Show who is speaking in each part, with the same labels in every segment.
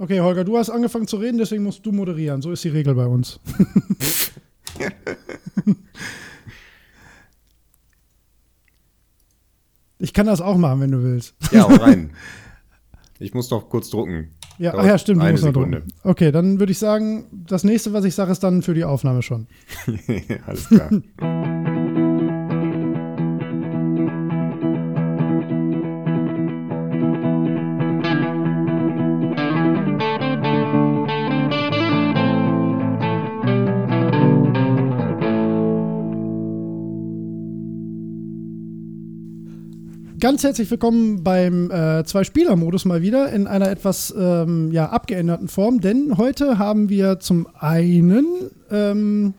Speaker 1: Okay, Holger, du hast angefangen zu reden, deswegen musst du moderieren. So ist die Regel bei uns. ich kann das auch machen, wenn du willst.
Speaker 2: Ja, hau rein. Ich muss noch kurz drucken.
Speaker 1: Ja,
Speaker 2: Dauert
Speaker 1: ach ja stimmt, du
Speaker 2: eine
Speaker 1: musst noch drum.
Speaker 2: Sekunde.
Speaker 1: Okay, dann würde ich sagen, das nächste, was ich sage, ist dann für die Aufnahme schon.
Speaker 2: Alles klar.
Speaker 1: Ganz herzlich willkommen beim äh, Zwei-Spieler-Modus mal wieder in einer etwas ähm, ja, abgeänderten Form, denn heute haben wir zum einen ähm,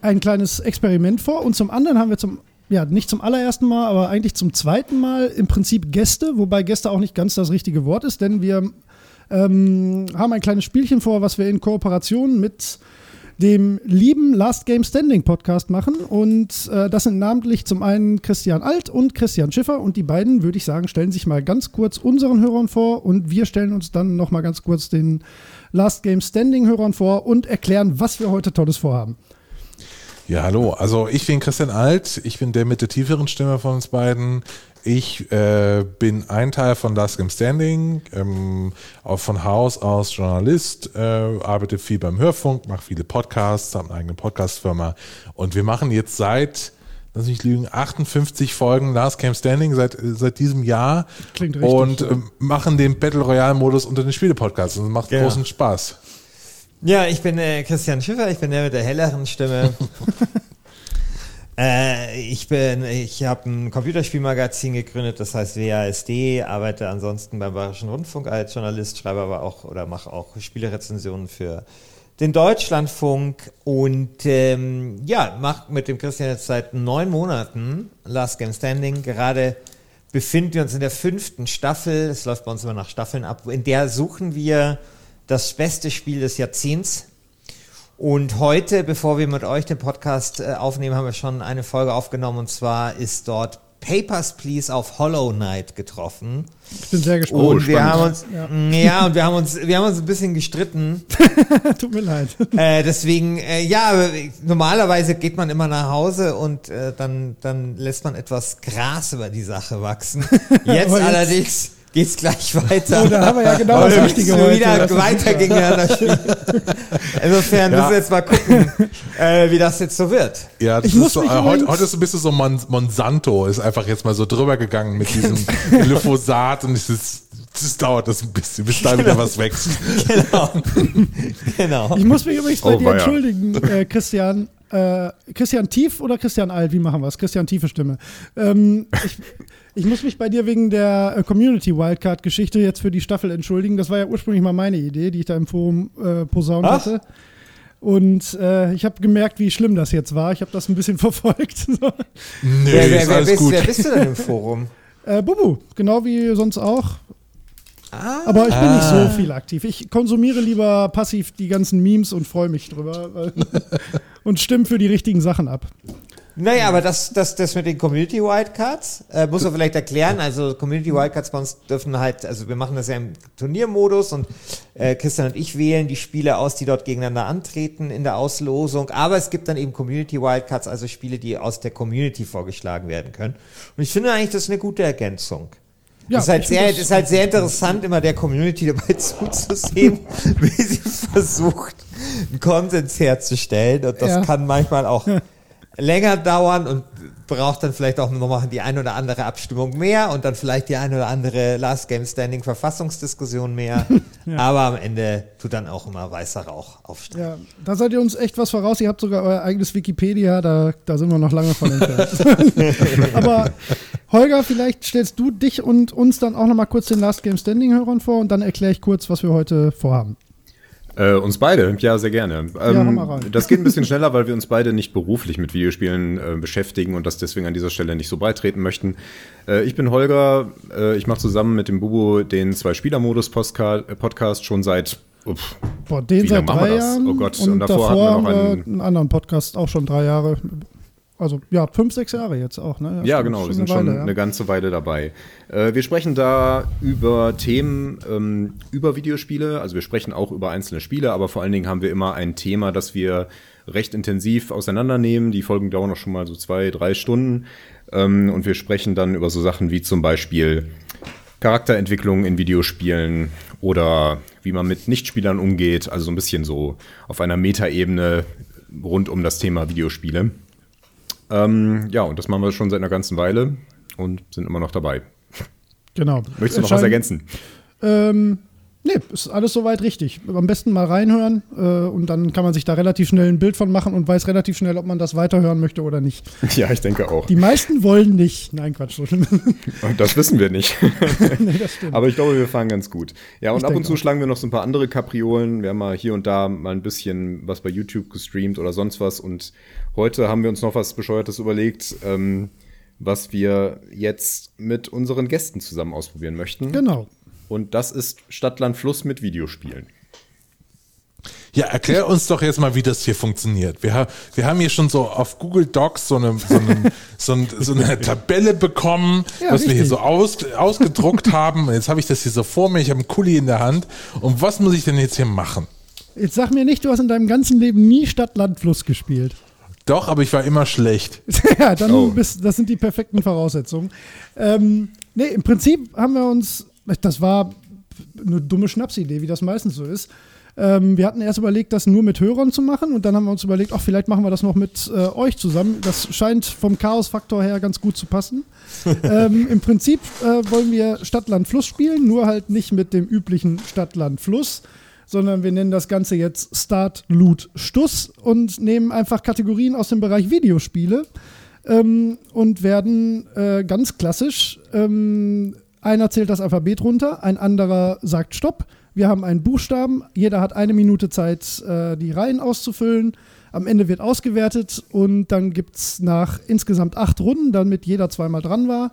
Speaker 1: ein kleines Experiment vor und zum anderen haben wir zum, ja, nicht zum allerersten Mal, aber eigentlich zum zweiten Mal im Prinzip Gäste, wobei Gäste auch nicht ganz das richtige Wort ist, denn wir ähm, haben ein kleines Spielchen vor, was wir in Kooperation mit dem lieben Last Game Standing Podcast machen. Und äh, das sind namentlich zum einen Christian Alt und Christian Schiffer. Und die beiden, würde ich sagen, stellen sich mal ganz kurz unseren Hörern vor und wir stellen uns dann nochmal ganz kurz den Last Game Standing Hörern vor und erklären, was wir heute Tolles vorhaben.
Speaker 3: Ja, hallo. Also ich bin Christian Alt. Ich bin der mit der tieferen Stimme von uns beiden. Ich äh, bin ein Teil von Last Game Standing, ähm, auch von Haus aus Journalist, äh, arbeite viel beim Hörfunk, mache viele Podcasts, habe eine eigene Podcast-Firma. Und wir machen jetzt seit, lass mich lügen, 58 Folgen Last Game Standing seit, äh, seit diesem Jahr.
Speaker 1: Klingt richtig,
Speaker 3: Und
Speaker 1: ja.
Speaker 3: äh, machen den Battle Royale-Modus unter den Spiele-Podcasts. Und es macht
Speaker 4: Ja.
Speaker 3: großen Spaß.
Speaker 4: Ja, ich bin äh, Christian Schiffer, ich bin der mit der helleren Stimme. äh, ich bin, ich habe ein Computerspielmagazin gegründet, das heißt WASD, arbeite ansonsten beim Bayerischen Rundfunk als Journalist, schreibe aber auch oder mache auch Spielerezensionen für den Deutschlandfunk und ähm, ja, mache mit dem Christian jetzt seit neun Monaten Last Game Standing. Gerade befinden wir uns in der fünften Staffel, es läuft bei uns immer nach Staffeln ab, in der suchen wir das beste Spiel des Jahrzehnts. Und heute, bevor wir mit euch den Podcast äh, aufnehmen, haben wir schon eine Folge aufgenommen. Und zwar ist dort Papers, Please auf Hollow Knight getroffen.
Speaker 1: Ich bin sehr gespannt.
Speaker 2: Oh,
Speaker 4: und wir
Speaker 2: spannend.
Speaker 4: haben uns, mm, ja. und wir haben uns, wir haben uns ein bisschen gestritten.
Speaker 1: Tut mir leid.
Speaker 4: äh, deswegen, äh, ja, aber normalerweise geht man immer nach Hause und äh, dann, dann lässt man etwas Gras über die Sache wachsen. Jetzt
Speaker 1: Aber jetzt-
Speaker 4: allerdings geht's gleich weiter.
Speaker 1: Oh, da haben wir ja genau das
Speaker 4: Heute
Speaker 1: Richtige
Speaker 4: müssen wir
Speaker 1: heute.
Speaker 4: wieder
Speaker 1: Das ist
Speaker 4: weiter gegeneinander spielen. Insofern
Speaker 3: Ja.
Speaker 4: müssen wir jetzt mal gucken, äh, wie das jetzt so wird.
Speaker 3: Ja, das
Speaker 1: Ich muss
Speaker 3: ist so,
Speaker 1: mich um
Speaker 3: äh, heute,
Speaker 1: übrigens-
Speaker 3: heute ist ein bisschen so Mon Monsanto, ist einfach jetzt mal so drüber gegangen mit diesem Glyphosat und es ist, das dauert das ein bisschen, bis da wieder was wächst.
Speaker 4: Genau. genau.
Speaker 1: Ich muss mich übrigens bei
Speaker 2: Oh,
Speaker 1: dir
Speaker 2: weia.
Speaker 1: entschuldigen, äh, Christian. Äh, Christian Tief oder Christian Alt? Wie machen wir es? Christian Tiefe Stimme. Ähm, ich, ich muss mich bei dir wegen der äh, Community Wildcard-Geschichte jetzt für die Staffel entschuldigen. Das war ja ursprünglich mal meine Idee, die ich da im Forum äh, posaunt
Speaker 4: Ach.
Speaker 1: hatte. Und äh, ich habe gemerkt, wie schlimm das jetzt war. Ich habe das ein bisschen verfolgt. so.
Speaker 3: Nee,
Speaker 4: Wer,
Speaker 3: ist
Speaker 4: wer, wer,
Speaker 3: alles
Speaker 4: bist,
Speaker 3: gut.
Speaker 4: wer bist du denn im Forum?
Speaker 1: äh, Bubu, genau wie sonst auch.
Speaker 4: Ah,
Speaker 1: Aber ich bin nicht so viel aktiv. Ich konsumiere lieber passiv die ganzen Memes und freue mich drüber. weil- und stimme für die richtigen Sachen ab.
Speaker 4: Naja, aber das, das, das mit den Community Wildcards, äh, muss man vielleicht erklären. Also Community Wildcards bei uns dürfen halt, also wir machen das ja im Turniermodus und äh, Christian und ich wählen die Spiele aus, die dort gegeneinander antreten in der Auslosung. Aber es gibt dann eben Community Wildcards, also Spiele, die aus der Community vorgeschlagen werden können. Und ich finde eigentlich, das ist eine gute Ergänzung.
Speaker 1: Ja,
Speaker 4: Ja, ist, halt
Speaker 1: ich find
Speaker 4: sehr,
Speaker 1: das-
Speaker 4: ist halt sehr interessant, immer der Community dabei zuzusehen, wie sie versucht, einen Konsens herzustellen. Und das
Speaker 1: Ja.
Speaker 4: kann manchmal auch länger dauern und braucht dann vielleicht auch nochmal die ein oder andere Abstimmung mehr und dann vielleicht die ein oder andere Last Game Standing Verfassungsdiskussion mehr. Aber am Ende tut dann auch immer weißer Rauch aufsteigen.
Speaker 1: Ja, da seid ihr uns echt was voraus. Ihr habt sogar euer eigenes Wikipedia, da, da sind wir noch lange von entfernt. Aber Holger, vielleicht stellst du dich und uns dann auch nochmal kurz den Last Game Standing Hörern vor und dann erkläre ich kurz, was wir heute vorhaben.
Speaker 2: Äh, uns beide, ja, sehr gerne.
Speaker 1: hau
Speaker 2: Ähm,
Speaker 1: mal rein.
Speaker 2: das geht ein bisschen schneller, weil wir uns beide nicht beruflich mit Videospielen äh, beschäftigen und das deswegen an dieser Stelle nicht so beitreten möchten. Äh, ich bin Holger, äh, ich mache zusammen mit dem Bubu den Zwei-Spieler-Modus-Podcast schon seit uff,
Speaker 1: Boah, den
Speaker 2: Wie
Speaker 1: seit
Speaker 2: lange machen
Speaker 1: drei
Speaker 2: wir das?
Speaker 1: Jahren.
Speaker 2: Oh Gott, und davor hatten wir noch
Speaker 1: haben wir
Speaker 2: einen-
Speaker 1: anderen Podcast, auch schon drei Jahre. Also ja, fünf, sechs Jahre jetzt auch, ne?
Speaker 2: Ja, genau, wir sind schon
Speaker 1: Weile, ja.
Speaker 2: eine ganze Weile dabei. Äh, wir sprechen da über Themen ähm, über Videospiele, also wir sprechen auch über einzelne Spiele, aber vor allen Dingen haben wir immer ein Thema, das wir recht intensiv auseinandernehmen. Die Folgen dauern auch schon mal so zwei, drei Stunden. Ähm, und wir sprechen dann über so Sachen wie zum Beispiel Charakterentwicklung in Videospielen oder wie man mit Nichtspielern umgeht, also so ein bisschen so auf einer Metaebene rund um das Thema Videospiele. Ähm, ja, und das machen wir schon seit einer ganzen Weile und sind immer noch dabei.
Speaker 1: Genau.
Speaker 2: Möchtest du noch was
Speaker 1: Entscheidend-
Speaker 2: ergänzen?
Speaker 1: Ähm, nee, ist alles soweit richtig. Am besten mal reinhören äh, und dann kann man sich da relativ schnell ein Bild von machen und weiß relativ schnell, ob man das weiterhören möchte oder nicht.
Speaker 2: Ja, ich denke auch.
Speaker 1: Die meisten wollen nicht. Nein, Quatsch. so schlimm.
Speaker 2: Das wissen wir nicht.
Speaker 1: nee, das stimmt.
Speaker 2: Aber ich glaube, wir fahren ganz gut. Ja, und
Speaker 1: Ich
Speaker 2: ab und
Speaker 1: denke
Speaker 2: zu
Speaker 1: auch.
Speaker 2: schlagen wir noch so ein paar andere Kapriolen. Wir haben mal hier und da mal ein bisschen was bei YouTube gestreamt oder sonst was. Und heute haben wir uns noch was Bescheuertes überlegt, ähm, was wir jetzt mit unseren Gästen zusammen ausprobieren möchten.
Speaker 1: Genau.
Speaker 2: Und das ist Stadtland Fluss mit Videospielen.
Speaker 3: Ja, erklär uns doch jetzt mal, wie das hier funktioniert. Wir, ha- wir haben hier schon so auf Google Docs so eine, so eine, so ein- so eine Tabelle bekommen,
Speaker 1: Ja,
Speaker 3: was wir hier
Speaker 1: richtig.
Speaker 3: so aus, ausgedruckt haben. Jetzt habe ich das hier so vor mir, ich habe einen Kuli in der Hand. Und was muss ich denn jetzt hier machen?
Speaker 1: Jetzt sag mir nicht, du hast in deinem ganzen Leben nie Stadt, Land, Fluss gespielt.
Speaker 3: Doch, aber ich war immer schlecht.
Speaker 1: ja, dann
Speaker 2: Oh.
Speaker 1: bist, das sind die perfekten Voraussetzungen. Ähm, nee, im Prinzip haben wir uns, das war eine dumme Schnapsidee, wie das meistens so ist. Ähm, wir hatten erst überlegt, das nur mit Hörern zu machen und dann haben wir uns überlegt, ach, vielleicht machen wir das noch mit äh, euch zusammen. Das scheint vom Chaos-Faktor her ganz gut zu passen. ähm, Im Prinzip äh, wollen wir Stadtland-Fluss spielen, nur halt nicht mit dem üblichen Stadtland-Fluss, sondern wir nennen das Ganze jetzt Start, Loot, Stuss und nehmen einfach Kategorien aus dem Bereich Videospiele ähm, und werden äh, ganz klassisch, ähm, einer zählt das Alphabet runter, ein anderer sagt Stopp. Wir haben einen Buchstaben, jeder hat eine Minute Zeit, äh, die Reihen auszufüllen. Am Ende wird ausgewertet und dann gibt es nach insgesamt acht Runden, damit jeder zweimal dran war,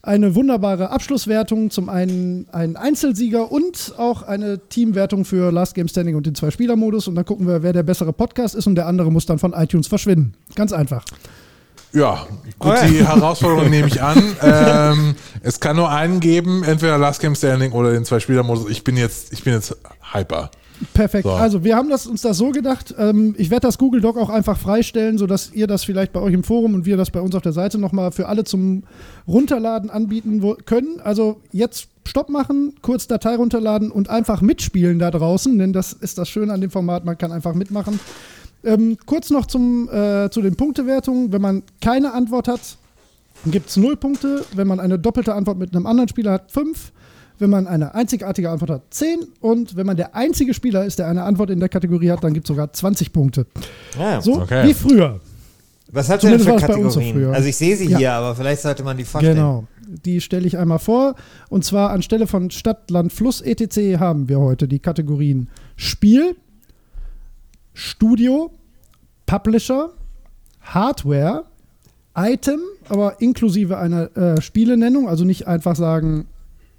Speaker 1: eine wunderbare Abschlusswertung. Zum einen einen Einzelsieger und auch eine Teamwertung für Last Game Standing und den Zwei-Spieler-Modus. Und dann gucken wir, wer der bessere Podcast ist und der andere muss dann von iTunes verschwinden. Ganz einfach.
Speaker 3: Ja, gut,
Speaker 4: Oh ja.
Speaker 3: die Herausforderung nehme ich an. Ähm, es kann nur einen geben, entweder Last Game Standing oder den Zwei-Spieler-Modus. Ich bin jetzt, ich bin jetzt hyper.
Speaker 1: Perfekt.
Speaker 3: So.
Speaker 1: Also wir haben das, uns das so gedacht. Ähm, ich werde das Google Doc auch einfach freistellen, sodass ihr das vielleicht bei euch im Forum und wir das bei uns auf der Seite nochmal für alle zum Runterladen anbieten wo- können. Also jetzt Stopp machen, kurz Datei runterladen und einfach mitspielen da draußen, denn das ist das Schöne an dem Format, man kann einfach mitmachen. Ähm, kurz noch zum, äh, zu den Punktewertungen. Wenn man keine Antwort hat, gibt es 0 Punkte. Wenn man eine doppelte Antwort mit einem anderen Spieler hat, 5. Wenn man eine einzigartige Antwort hat, 10. Und wenn man der einzige Spieler ist, der eine Antwort in der Kategorie hat, dann gibt es sogar 20 Punkte.
Speaker 4: Ja.
Speaker 1: So
Speaker 3: Okay.
Speaker 1: wie früher.
Speaker 4: Was hat ihr denn für
Speaker 1: Zumindest war es bei uns so
Speaker 4: Kategorien?
Speaker 1: früher.
Speaker 4: Also ich sehe sie
Speaker 1: Ja.
Speaker 4: hier, aber vielleicht sollte man die vorstellen.
Speaker 1: Genau. Die stelle ich einmal vor. Und zwar anstelle von Stadt, Land, Fluss, etc. haben wir heute die Kategorien Spiel, Studio, Publisher, Hardware, Item, aber inklusive einer äh, Spielenennung, also nicht einfach sagen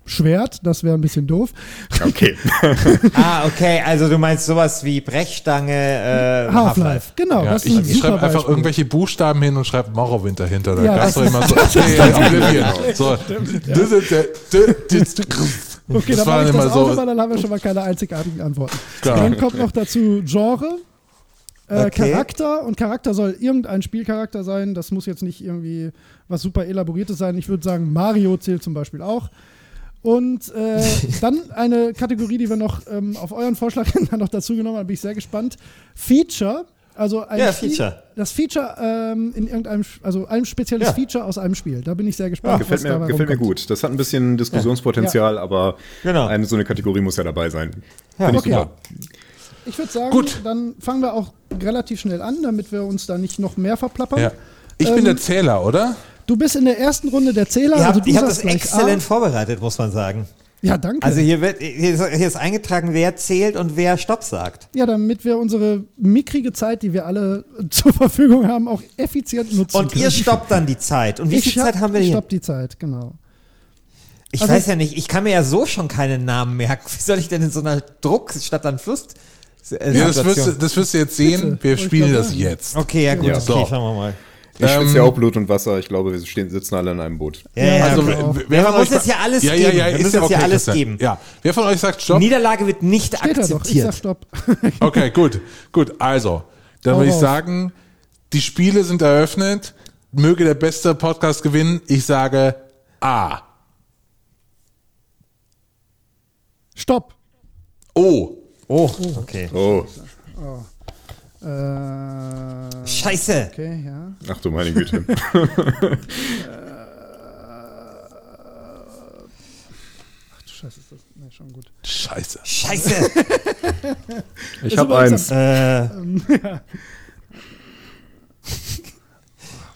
Speaker 1: Schwert, das wäre ein bisschen doof.
Speaker 2: Okay.
Speaker 4: Ah, okay, also du meinst sowas wie Brechstange, äh, Half-Life.
Speaker 1: Half-Life, genau.
Speaker 3: Ja,
Speaker 1: das
Speaker 3: ich
Speaker 1: ist ein
Speaker 3: ich
Speaker 1: super
Speaker 3: schreibe einfach
Speaker 1: Beispiel.
Speaker 3: irgendwelche Buchstaben hin und schreibe Morrowind dahinter. Da
Speaker 1: Ja, das
Speaker 3: gab's doch
Speaker 1: ist-
Speaker 3: immer so. Nee, Oblivion. so. Das ist der- das- das-
Speaker 1: Okay,
Speaker 3: das
Speaker 1: dann
Speaker 3: war
Speaker 1: mache
Speaker 3: dann
Speaker 1: ich
Speaker 3: immer
Speaker 1: das auch, aber
Speaker 3: so.
Speaker 1: dann haben wir schon mal keine einzigartigen Antworten.
Speaker 3: Klar.
Speaker 1: Dann kommt noch dazu Genre, äh,
Speaker 4: Okay.
Speaker 1: Charakter und Charakter soll irgendein Spielcharakter sein. Das muss jetzt nicht irgendwie was super elaboriertes sein. Ich würde sagen, Mario zählt zum Beispiel auch. Und äh, dann eine Kategorie, die wir noch ähm, auf euren Vorschlag hin dann noch dazu genommen haben, bin ich sehr gespannt. Feature, also ein
Speaker 4: Ja,
Speaker 1: Fe-
Speaker 4: Feature.
Speaker 1: das Feature ähm, in irgendeinem, Sch- also ein spezielles
Speaker 4: Ja.
Speaker 1: Feature aus einem Spiel. Da bin ich sehr gespannt. was
Speaker 2: Ah, gefällt mir,
Speaker 1: dabei
Speaker 2: gefällt mir
Speaker 1: rumkommt.
Speaker 2: gut. Das hat ein bisschen Diskussionspotenzial, aber
Speaker 4: Genau.
Speaker 2: eine so eine Kategorie muss ja dabei sein.
Speaker 4: Ja,
Speaker 2: Finde ich
Speaker 1: okay.
Speaker 2: super.
Speaker 1: Ich würde sagen,
Speaker 3: Gut.
Speaker 1: dann fangen wir auch relativ schnell an, damit wir uns da nicht noch mehr verplappern.
Speaker 3: Ja. Ich bin
Speaker 1: Ähm,
Speaker 3: der Zähler, oder?
Speaker 1: Du bist in der ersten Runde der Zähler. also
Speaker 4: Ihr habt,
Speaker 1: du
Speaker 4: ihr habt das
Speaker 1: sagst gleich
Speaker 4: exzellent
Speaker 1: A.
Speaker 4: vorbereitet, muss man sagen.
Speaker 1: Ja, danke.
Speaker 4: Also hier, wird, hier, ist, hier ist eingetragen, wer zählt und wer Stopp sagt.
Speaker 1: ja, damit wir unsere mickrige Zeit, die wir alle zur Verfügung haben, auch effizient nutzen
Speaker 4: Und ihr stoppt dann die Zeit. Und wie viel Zeit haben wir
Speaker 1: Ich
Speaker 4: hier?
Speaker 1: stopp die Zeit, genau.
Speaker 4: Ich
Speaker 1: also-
Speaker 4: weiß ja nicht, ich kann mir ja so schon keinen Namen merken. Wie soll ich denn in so einer Druck statt äh, an Fluss?
Speaker 3: Ja, das, wirst, du- das wirst du jetzt sehen.
Speaker 1: Bitte.
Speaker 3: Wir
Speaker 1: Wollte ich
Speaker 3: spielen
Speaker 1: doch
Speaker 3: das
Speaker 1: sagen.
Speaker 3: jetzt.
Speaker 4: Okay, ja gut,
Speaker 2: Ja.
Speaker 4: okay,
Speaker 3: So.
Speaker 4: schauen wir mal.
Speaker 2: Ich schwitze
Speaker 4: Ähm,
Speaker 2: ja auch Blut und Wasser. Ich glaube, wir stehen, sitzen alle in einem Boot.
Speaker 4: Ja, ja,
Speaker 3: also,
Speaker 1: ja,
Speaker 3: wer-
Speaker 1: genau.
Speaker 3: wer
Speaker 4: Ja,
Speaker 3: von
Speaker 4: man
Speaker 3: euch
Speaker 4: muss es ja alles
Speaker 3: ja, ja,
Speaker 4: geben.
Speaker 3: ja,
Speaker 4: Wir
Speaker 3: ist
Speaker 4: müssen
Speaker 3: ja
Speaker 4: es ja
Speaker 3: okay,
Speaker 4: alles
Speaker 3: Christian.
Speaker 4: geben.
Speaker 3: Ja. Wer von euch sagt Stopp?
Speaker 4: Niederlage wird nicht
Speaker 1: Steht da doch. Ich sag
Speaker 4: akzeptiert.
Speaker 1: Stopp.
Speaker 3: Okay, gut, gut. Also, dann
Speaker 1: Hau
Speaker 3: würde ich
Speaker 1: raus.
Speaker 3: sagen, die Spiele sind eröffnet. Möge der beste Podcast gewinnen. Ich sage A.
Speaker 1: Stopp.
Speaker 3: O.
Speaker 4: Oh, okay.
Speaker 2: Oh,
Speaker 1: Äh,
Speaker 4: Scheiße.
Speaker 1: okay, ja. Äh,
Speaker 2: ach du meine Güte.
Speaker 1: Ach du Scheiße, ist das nee, schon gut.
Speaker 3: Scheiße.
Speaker 4: Scheiße.
Speaker 2: Ich habe eins.
Speaker 1: Ach,
Speaker 4: äh,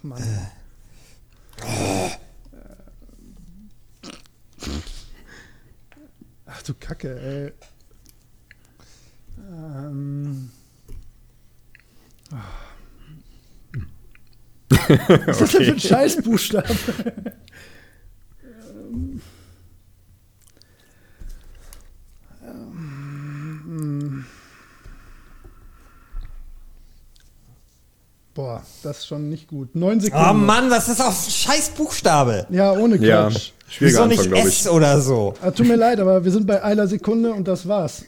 Speaker 1: Mann. Ach du Kacke, ey. Ähm. Ah. Was ist das denn für ein Scheißbuchstabe? Ähm. Ähm. Boah, das ist schon nicht gut. Neun Sekunden.
Speaker 4: oh Mann, was ist auf scheiß Buchstabe?
Speaker 1: Ja, ohne
Speaker 2: Ja,
Speaker 1: Quatsch.
Speaker 2: schwieriger
Speaker 4: Wieso
Speaker 2: Anfang,
Speaker 4: nicht
Speaker 2: glaube
Speaker 4: S
Speaker 2: ich.
Speaker 4: oder so?
Speaker 1: Ah, tut mir leid, aber wir sind bei einer Sekunde und das war's.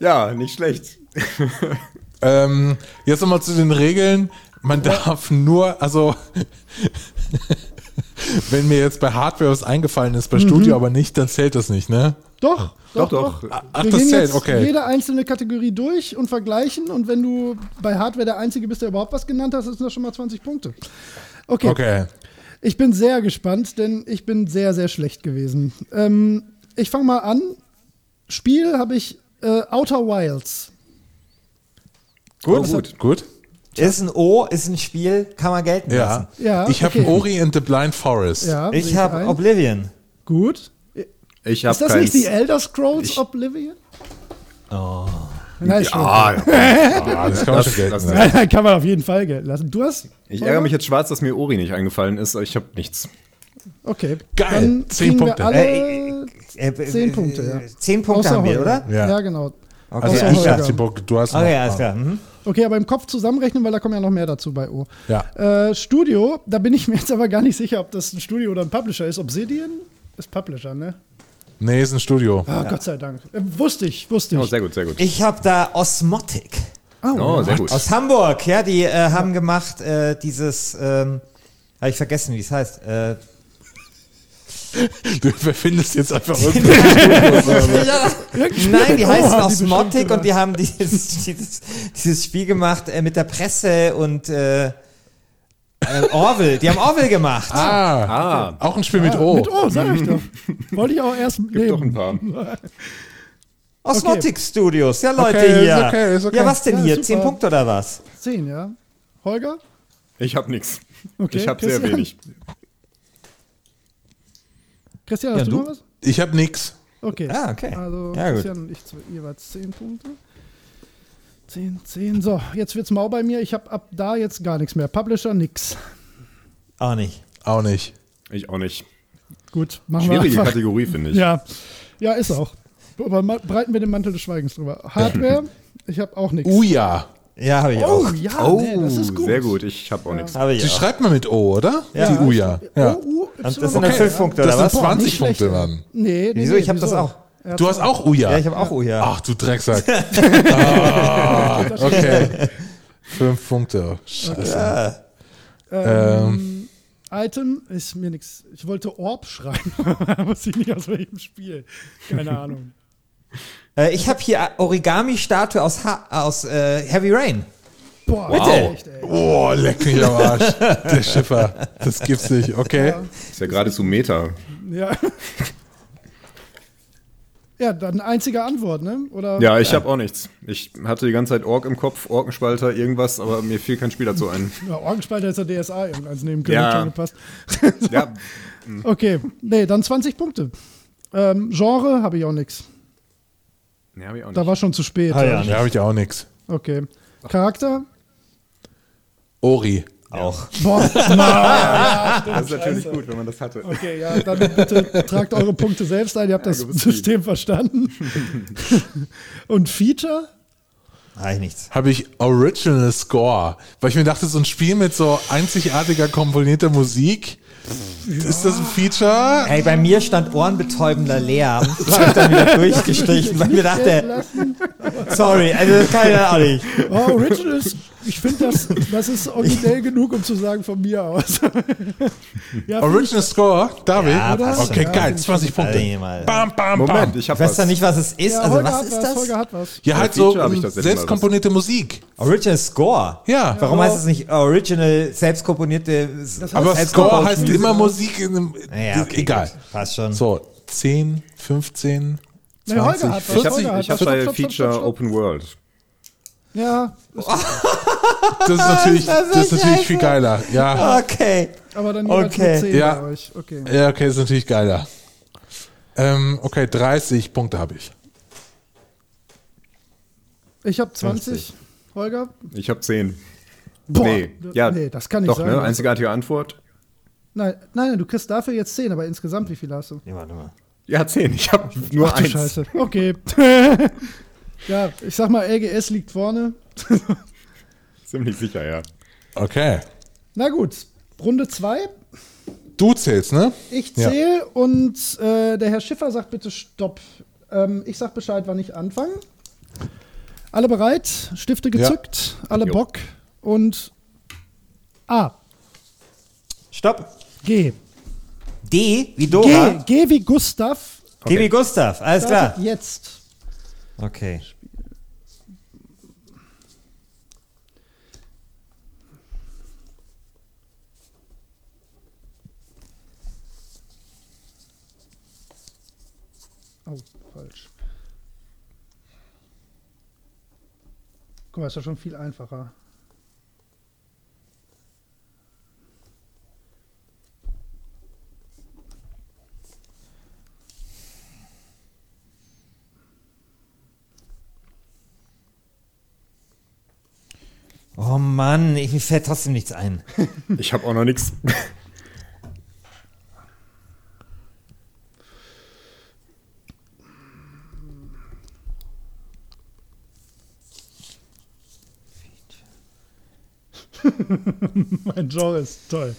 Speaker 2: Ja, nicht schlecht.
Speaker 3: Ähm, jetzt nochmal zu den Regeln. Man darf nur, also wenn mir jetzt bei Hardware was eingefallen ist, bei
Speaker 1: Mhm.
Speaker 3: Studio aber nicht, dann zählt das nicht, ne?
Speaker 1: Doch, doch,
Speaker 2: doch.
Speaker 1: doch.
Speaker 3: Ach,
Speaker 1: wir
Speaker 3: das
Speaker 1: gehen
Speaker 3: zählt,
Speaker 1: jetzt
Speaker 3: okay.
Speaker 1: jede einzelne Kategorie durch und vergleichen und wenn du bei Hardware der Einzige bist, der überhaupt was genannt hast, sind das schon mal 20 Punkte. Okay,
Speaker 3: Okay.
Speaker 1: ich bin sehr gespannt, denn ich bin sehr, sehr schlecht gewesen. Ähm, ich fange mal an. Spiel habe ich äh, Outer Wilds.
Speaker 2: Gut,
Speaker 3: Oh,
Speaker 2: gut.
Speaker 3: Gut.
Speaker 4: Ist ein O, ist ein Spiel, kann man gelten
Speaker 3: Ja.
Speaker 4: lassen.
Speaker 1: Ja,
Speaker 3: ich habe
Speaker 1: okay.
Speaker 3: Ori and the Blind Forest.
Speaker 1: Ja, sehe
Speaker 4: Ich habe
Speaker 1: ein.
Speaker 4: Oblivion.
Speaker 1: Gut.
Speaker 2: Ich habe
Speaker 1: Ist das nicht
Speaker 2: keins.
Speaker 1: die Elder Scrolls
Speaker 2: Ich-
Speaker 1: Oblivion? Oh. Nein, schon.
Speaker 2: ah, ja.
Speaker 3: Ah, das kann man schon gelten.
Speaker 2: das-
Speaker 3: lassen.
Speaker 1: Nein, nein, kann man auf jeden Fall gelten lassen. Du hast.
Speaker 2: Ich ärgere mich jetzt schwarz, dass mir Ori nicht eingefallen ist. aber Ich habe nichts.
Speaker 1: Okay.
Speaker 3: Geil,
Speaker 1: Dann
Speaker 3: zehn
Speaker 1: kriegen
Speaker 3: Punkte.
Speaker 1: Wir alle
Speaker 4: Äh, äh, äh,
Speaker 1: zehn
Speaker 4: äh,
Speaker 1: Punkte, ja.
Speaker 4: Zehn Punkte
Speaker 1: außer
Speaker 4: haben wir,
Speaker 1: Holger.
Speaker 4: oder?
Speaker 3: Ja.
Speaker 1: Ja, genau.
Speaker 4: Okay,
Speaker 3: Also
Speaker 1: Außer
Speaker 3: ich
Speaker 1: Holger.
Speaker 3: hab den Bock, du hast noch. ah,
Speaker 4: Okay, alles klar. Mhm.
Speaker 1: Okay, aber im Kopf zusammenrechnen, weil da kommen ja noch mehr dazu bei O.
Speaker 3: Ja.
Speaker 1: Äh, Studio, da bin ich mir jetzt aber gar nicht sicher, ob das ein Studio oder ein Publisher ist. Obsidian ist Publisher, ne?
Speaker 3: Nee, ist ein Studio.
Speaker 1: Ah, Gott sei Dank. Äh, wusste ich, wusste
Speaker 2: Oh,
Speaker 1: ich.
Speaker 2: sehr gut, sehr gut.
Speaker 4: Ich habe da Osmotic
Speaker 2: Oh, sehr gut.
Speaker 4: aus Hamburg. Ja, die äh, haben gemacht äh, dieses, ähm, habe ich vergessen, wie es heißt. Äh,
Speaker 3: Du verfindest jetzt einfach irgendwie.
Speaker 4: Ja. Nein, die heißen
Speaker 1: Oha, die
Speaker 4: Osmotic
Speaker 1: bestimmt,
Speaker 4: und die haben dieses, dieses, dieses Spiel gemacht äh, mit der Presse und äh, äh, Orwell. Die haben Orwell gemacht.
Speaker 3: Ah,
Speaker 2: Ah,
Speaker 3: auch ein Spiel mit
Speaker 1: Oh.
Speaker 3: O.
Speaker 1: Mit O, sag ich doch. Wollte ich auch erst
Speaker 2: gibt doch ein
Speaker 1: nehmen.
Speaker 2: paar.
Speaker 4: Osmotic Studios, ja Leute
Speaker 3: Okay, ist
Speaker 4: hier.
Speaker 3: okay, ist okay.
Speaker 4: Ja, was denn
Speaker 1: Ja,
Speaker 4: hier?
Speaker 1: super.
Speaker 4: Zehn Punkte oder was?
Speaker 1: Zehn, ja. Holger?
Speaker 2: Ich habe nichts.
Speaker 1: Okay,
Speaker 2: Ich habe sehr
Speaker 1: Christian?
Speaker 2: wenig.
Speaker 1: Christian, hast
Speaker 4: Ja,
Speaker 1: du,
Speaker 4: du?
Speaker 1: noch was?
Speaker 3: Ich habe nix.
Speaker 1: Okay.
Speaker 4: Ah, okay.
Speaker 1: Also
Speaker 4: Ja, gut.
Speaker 1: Christian und ich zwe- jeweils 10 Punkte. 10, 10. So, jetzt wird's mau bei mir. Ich habe ab da jetzt gar nichts mehr. Publisher nix.
Speaker 4: Auch nicht.
Speaker 3: Auch nicht.
Speaker 2: Ich auch nicht.
Speaker 1: Gut, machen
Speaker 2: Schwierige
Speaker 1: wir einfach.
Speaker 2: Kategorie, finde ich.
Speaker 1: Ja. ja, ist auch. Aber ma- breiten wir den Mantel des Schweigens drüber. Hardware, ich habe auch nichts.
Speaker 3: Uja.
Speaker 4: Ja, habe ich
Speaker 1: oh,
Speaker 4: auch.
Speaker 1: ja,
Speaker 2: Oh,
Speaker 1: nee, das ist gut.
Speaker 2: sehr gut. Ich habe auch nichts.
Speaker 4: Habe ich
Speaker 3: Die
Speaker 4: auch.
Speaker 3: schreibt man mit O, oder?
Speaker 4: Ja.
Speaker 3: Die Uja. Ja.
Speaker 1: Oh, U,
Speaker 4: Und das sind dann
Speaker 1: Y.
Speaker 4: fünf Punkte,
Speaker 3: Das
Speaker 4: oder
Speaker 3: sind
Speaker 4: was?
Speaker 3: 20
Speaker 1: Nicht schlecht.
Speaker 3: Punkte dann.
Speaker 1: Nee, nee,
Speaker 4: Wieso?
Speaker 1: nee,
Speaker 4: Ich hab das auch.
Speaker 1: Er hat
Speaker 3: Du hast auch Uja.
Speaker 4: Ja, ich habe auch Uja.
Speaker 3: Ach, du Drecksack. ah, okay. Fünf Punkte. Scheiße. Ähm,
Speaker 1: Item ist mir nichts. Ich wollte Orb schreiben, aber ich nicht aus welchem Spiel. Keine Ahnung.
Speaker 4: Äh, ich habe hier Origami-Statue aus, ha aus äh, Heavy Rain.
Speaker 1: Boah,
Speaker 4: Bitte.
Speaker 1: echt, ey.
Speaker 3: oh, leck mich am Arsch. Der Schiffer. Das gibt's nicht. Okay.
Speaker 2: Ist ja geradezu Meta.
Speaker 1: Ja. ja, dann einzige Antwort, ne? Oder?
Speaker 2: Ja, ich habe auch nichts. Ich hatte die ganze Zeit Ork im Kopf, Orkenspalter, irgendwas, aber mir fiel kein Spiel dazu ein.
Speaker 1: Ja, Orgenspalter ist der DSA irgendeins nehmen können.
Speaker 2: Ja.
Speaker 1: hat Schon gepasst.
Speaker 2: Ja,
Speaker 1: Okay, nee, dann 20 Punkte. Ähm, Genre habe ich auch nichts.
Speaker 2: nee, habe ich auch
Speaker 1: Da
Speaker 2: nicht.
Speaker 1: war schon zu spät.
Speaker 4: Ah, ja.
Speaker 3: Da habe ich auch nix.
Speaker 1: Okay. Charakter?
Speaker 3: Ori.
Speaker 4: Auch.
Speaker 1: Boah,
Speaker 2: Das ist natürlich gut, wenn man das hatte.
Speaker 1: okay, ja, dann bitte tragt eure Punkte selbst ein. Ihr habt das
Speaker 2: du bist
Speaker 1: System verstanden. Und Feature?
Speaker 4: Habe ich nichts.
Speaker 3: habe ich Original Score, weil ich mir dachte, so ein Spiel mit so einzigartiger komponierter Musik, ist das ein Feature?
Speaker 4: Ey, bei mir stand ohrenbetäubender Lärm. Das hab ich dann wieder durchgestrichen, weil ich mir dachte, sorry, also das kann ich dann auch nicht.
Speaker 1: Oh, Original ist, ich finde das, das ist originell genug, um zu sagen von mir aus. ja, finde ich-
Speaker 3: Original Score, David?
Speaker 4: Ja, passt schon.
Speaker 3: okay,
Speaker 4: Ja,
Speaker 3: geil,
Speaker 1: den
Speaker 3: 20 Punkte.
Speaker 4: Also, mal-
Speaker 3: Bam, bam,
Speaker 2: Moment,
Speaker 3: bam.
Speaker 2: ich habe
Speaker 4: Ich weiß dann nicht, was es ist.
Speaker 1: ja,
Speaker 4: also,
Speaker 1: Holger
Speaker 4: was
Speaker 1: hat
Speaker 4: ist
Speaker 1: was, Holger
Speaker 4: das?
Speaker 1: hat was.
Speaker 3: Ja, halt
Speaker 2: Feature
Speaker 3: so
Speaker 2: hab ich das letzte Mal
Speaker 3: selbstkomponierte Musik.
Speaker 4: Original Score.
Speaker 3: Ja.
Speaker 4: Warum
Speaker 1: Ja.
Speaker 4: heißt es nicht Original, selbst komponierte?
Speaker 3: Aber
Speaker 4: selbst
Speaker 3: Score
Speaker 4: komponierte
Speaker 3: heißt
Speaker 4: Musik?
Speaker 3: immer Musik in einem,
Speaker 4: Ja, okay,
Speaker 3: egal.
Speaker 4: gut. Passt schon.
Speaker 3: So, 10, 15,
Speaker 1: Nee, Holger hat
Speaker 3: 20,
Speaker 1: was.
Speaker 2: Ich habe
Speaker 1: Holger hat
Speaker 2: ich hab
Speaker 1: was. Stopp,
Speaker 2: bei
Speaker 1: stopp,
Speaker 2: Feature
Speaker 1: stopp, stopp.
Speaker 2: Open World.
Speaker 1: Ja,
Speaker 3: Das ist natürlich,
Speaker 4: Das
Speaker 3: das
Speaker 4: ist
Speaker 3: ist natürlich
Speaker 4: scheiße.
Speaker 3: viel geiler. Ja,
Speaker 4: Okay.
Speaker 1: aber dann jeweils
Speaker 4: Okay.
Speaker 1: mit 10
Speaker 3: Ja.
Speaker 1: bei euch. Okay.
Speaker 3: ja okay, ist natürlich geiler. Ähm, okay, 30 Punkte habe ich.
Speaker 1: Ich habe 20. Holger?
Speaker 2: Ich habe 10.
Speaker 1: Boah.
Speaker 2: nee, ja,
Speaker 1: nee, das kann nicht
Speaker 2: doch,
Speaker 1: sein.
Speaker 2: ne? Einzigartige Antwort.
Speaker 1: Nein, nein, nein, du kriegst dafür jetzt 10, aber insgesamt wie viel hast du?
Speaker 4: Nimm mal, nimm mal.
Speaker 2: Ja, 10. Ich habe nur
Speaker 1: Ach du
Speaker 2: eins.
Speaker 1: Scheiße. Okay. ja, ich sag mal, LGS liegt vorne.
Speaker 2: Ziemlich sicher, ja.
Speaker 3: Okay.
Speaker 1: Na gut, Runde 2.
Speaker 3: Du zählst, ne?
Speaker 1: Ich
Speaker 3: Ja.
Speaker 1: zähle und äh, der Herr Schiffer sagt bitte Stopp. Ähm, ich sag Bescheid, wann ich anfange. Alle bereit, Stifte gezückt, alle
Speaker 2: Jo.
Speaker 1: Bock und A,
Speaker 4: Stopp.
Speaker 1: G.
Speaker 4: D wie
Speaker 1: G,
Speaker 4: Dora.
Speaker 1: G wie Gustav.
Speaker 4: D wie Gustav. Alles klar.
Speaker 1: Startet Jetzt.
Speaker 4: Okay.
Speaker 1: Oh, falsch. Guck mal, ist ja schon viel einfacher.
Speaker 4: Oh Mann, ich, mir fällt trotzdem nichts ein.
Speaker 2: Ich habe auch noch nichts.
Speaker 1: Mein Genre ist toll.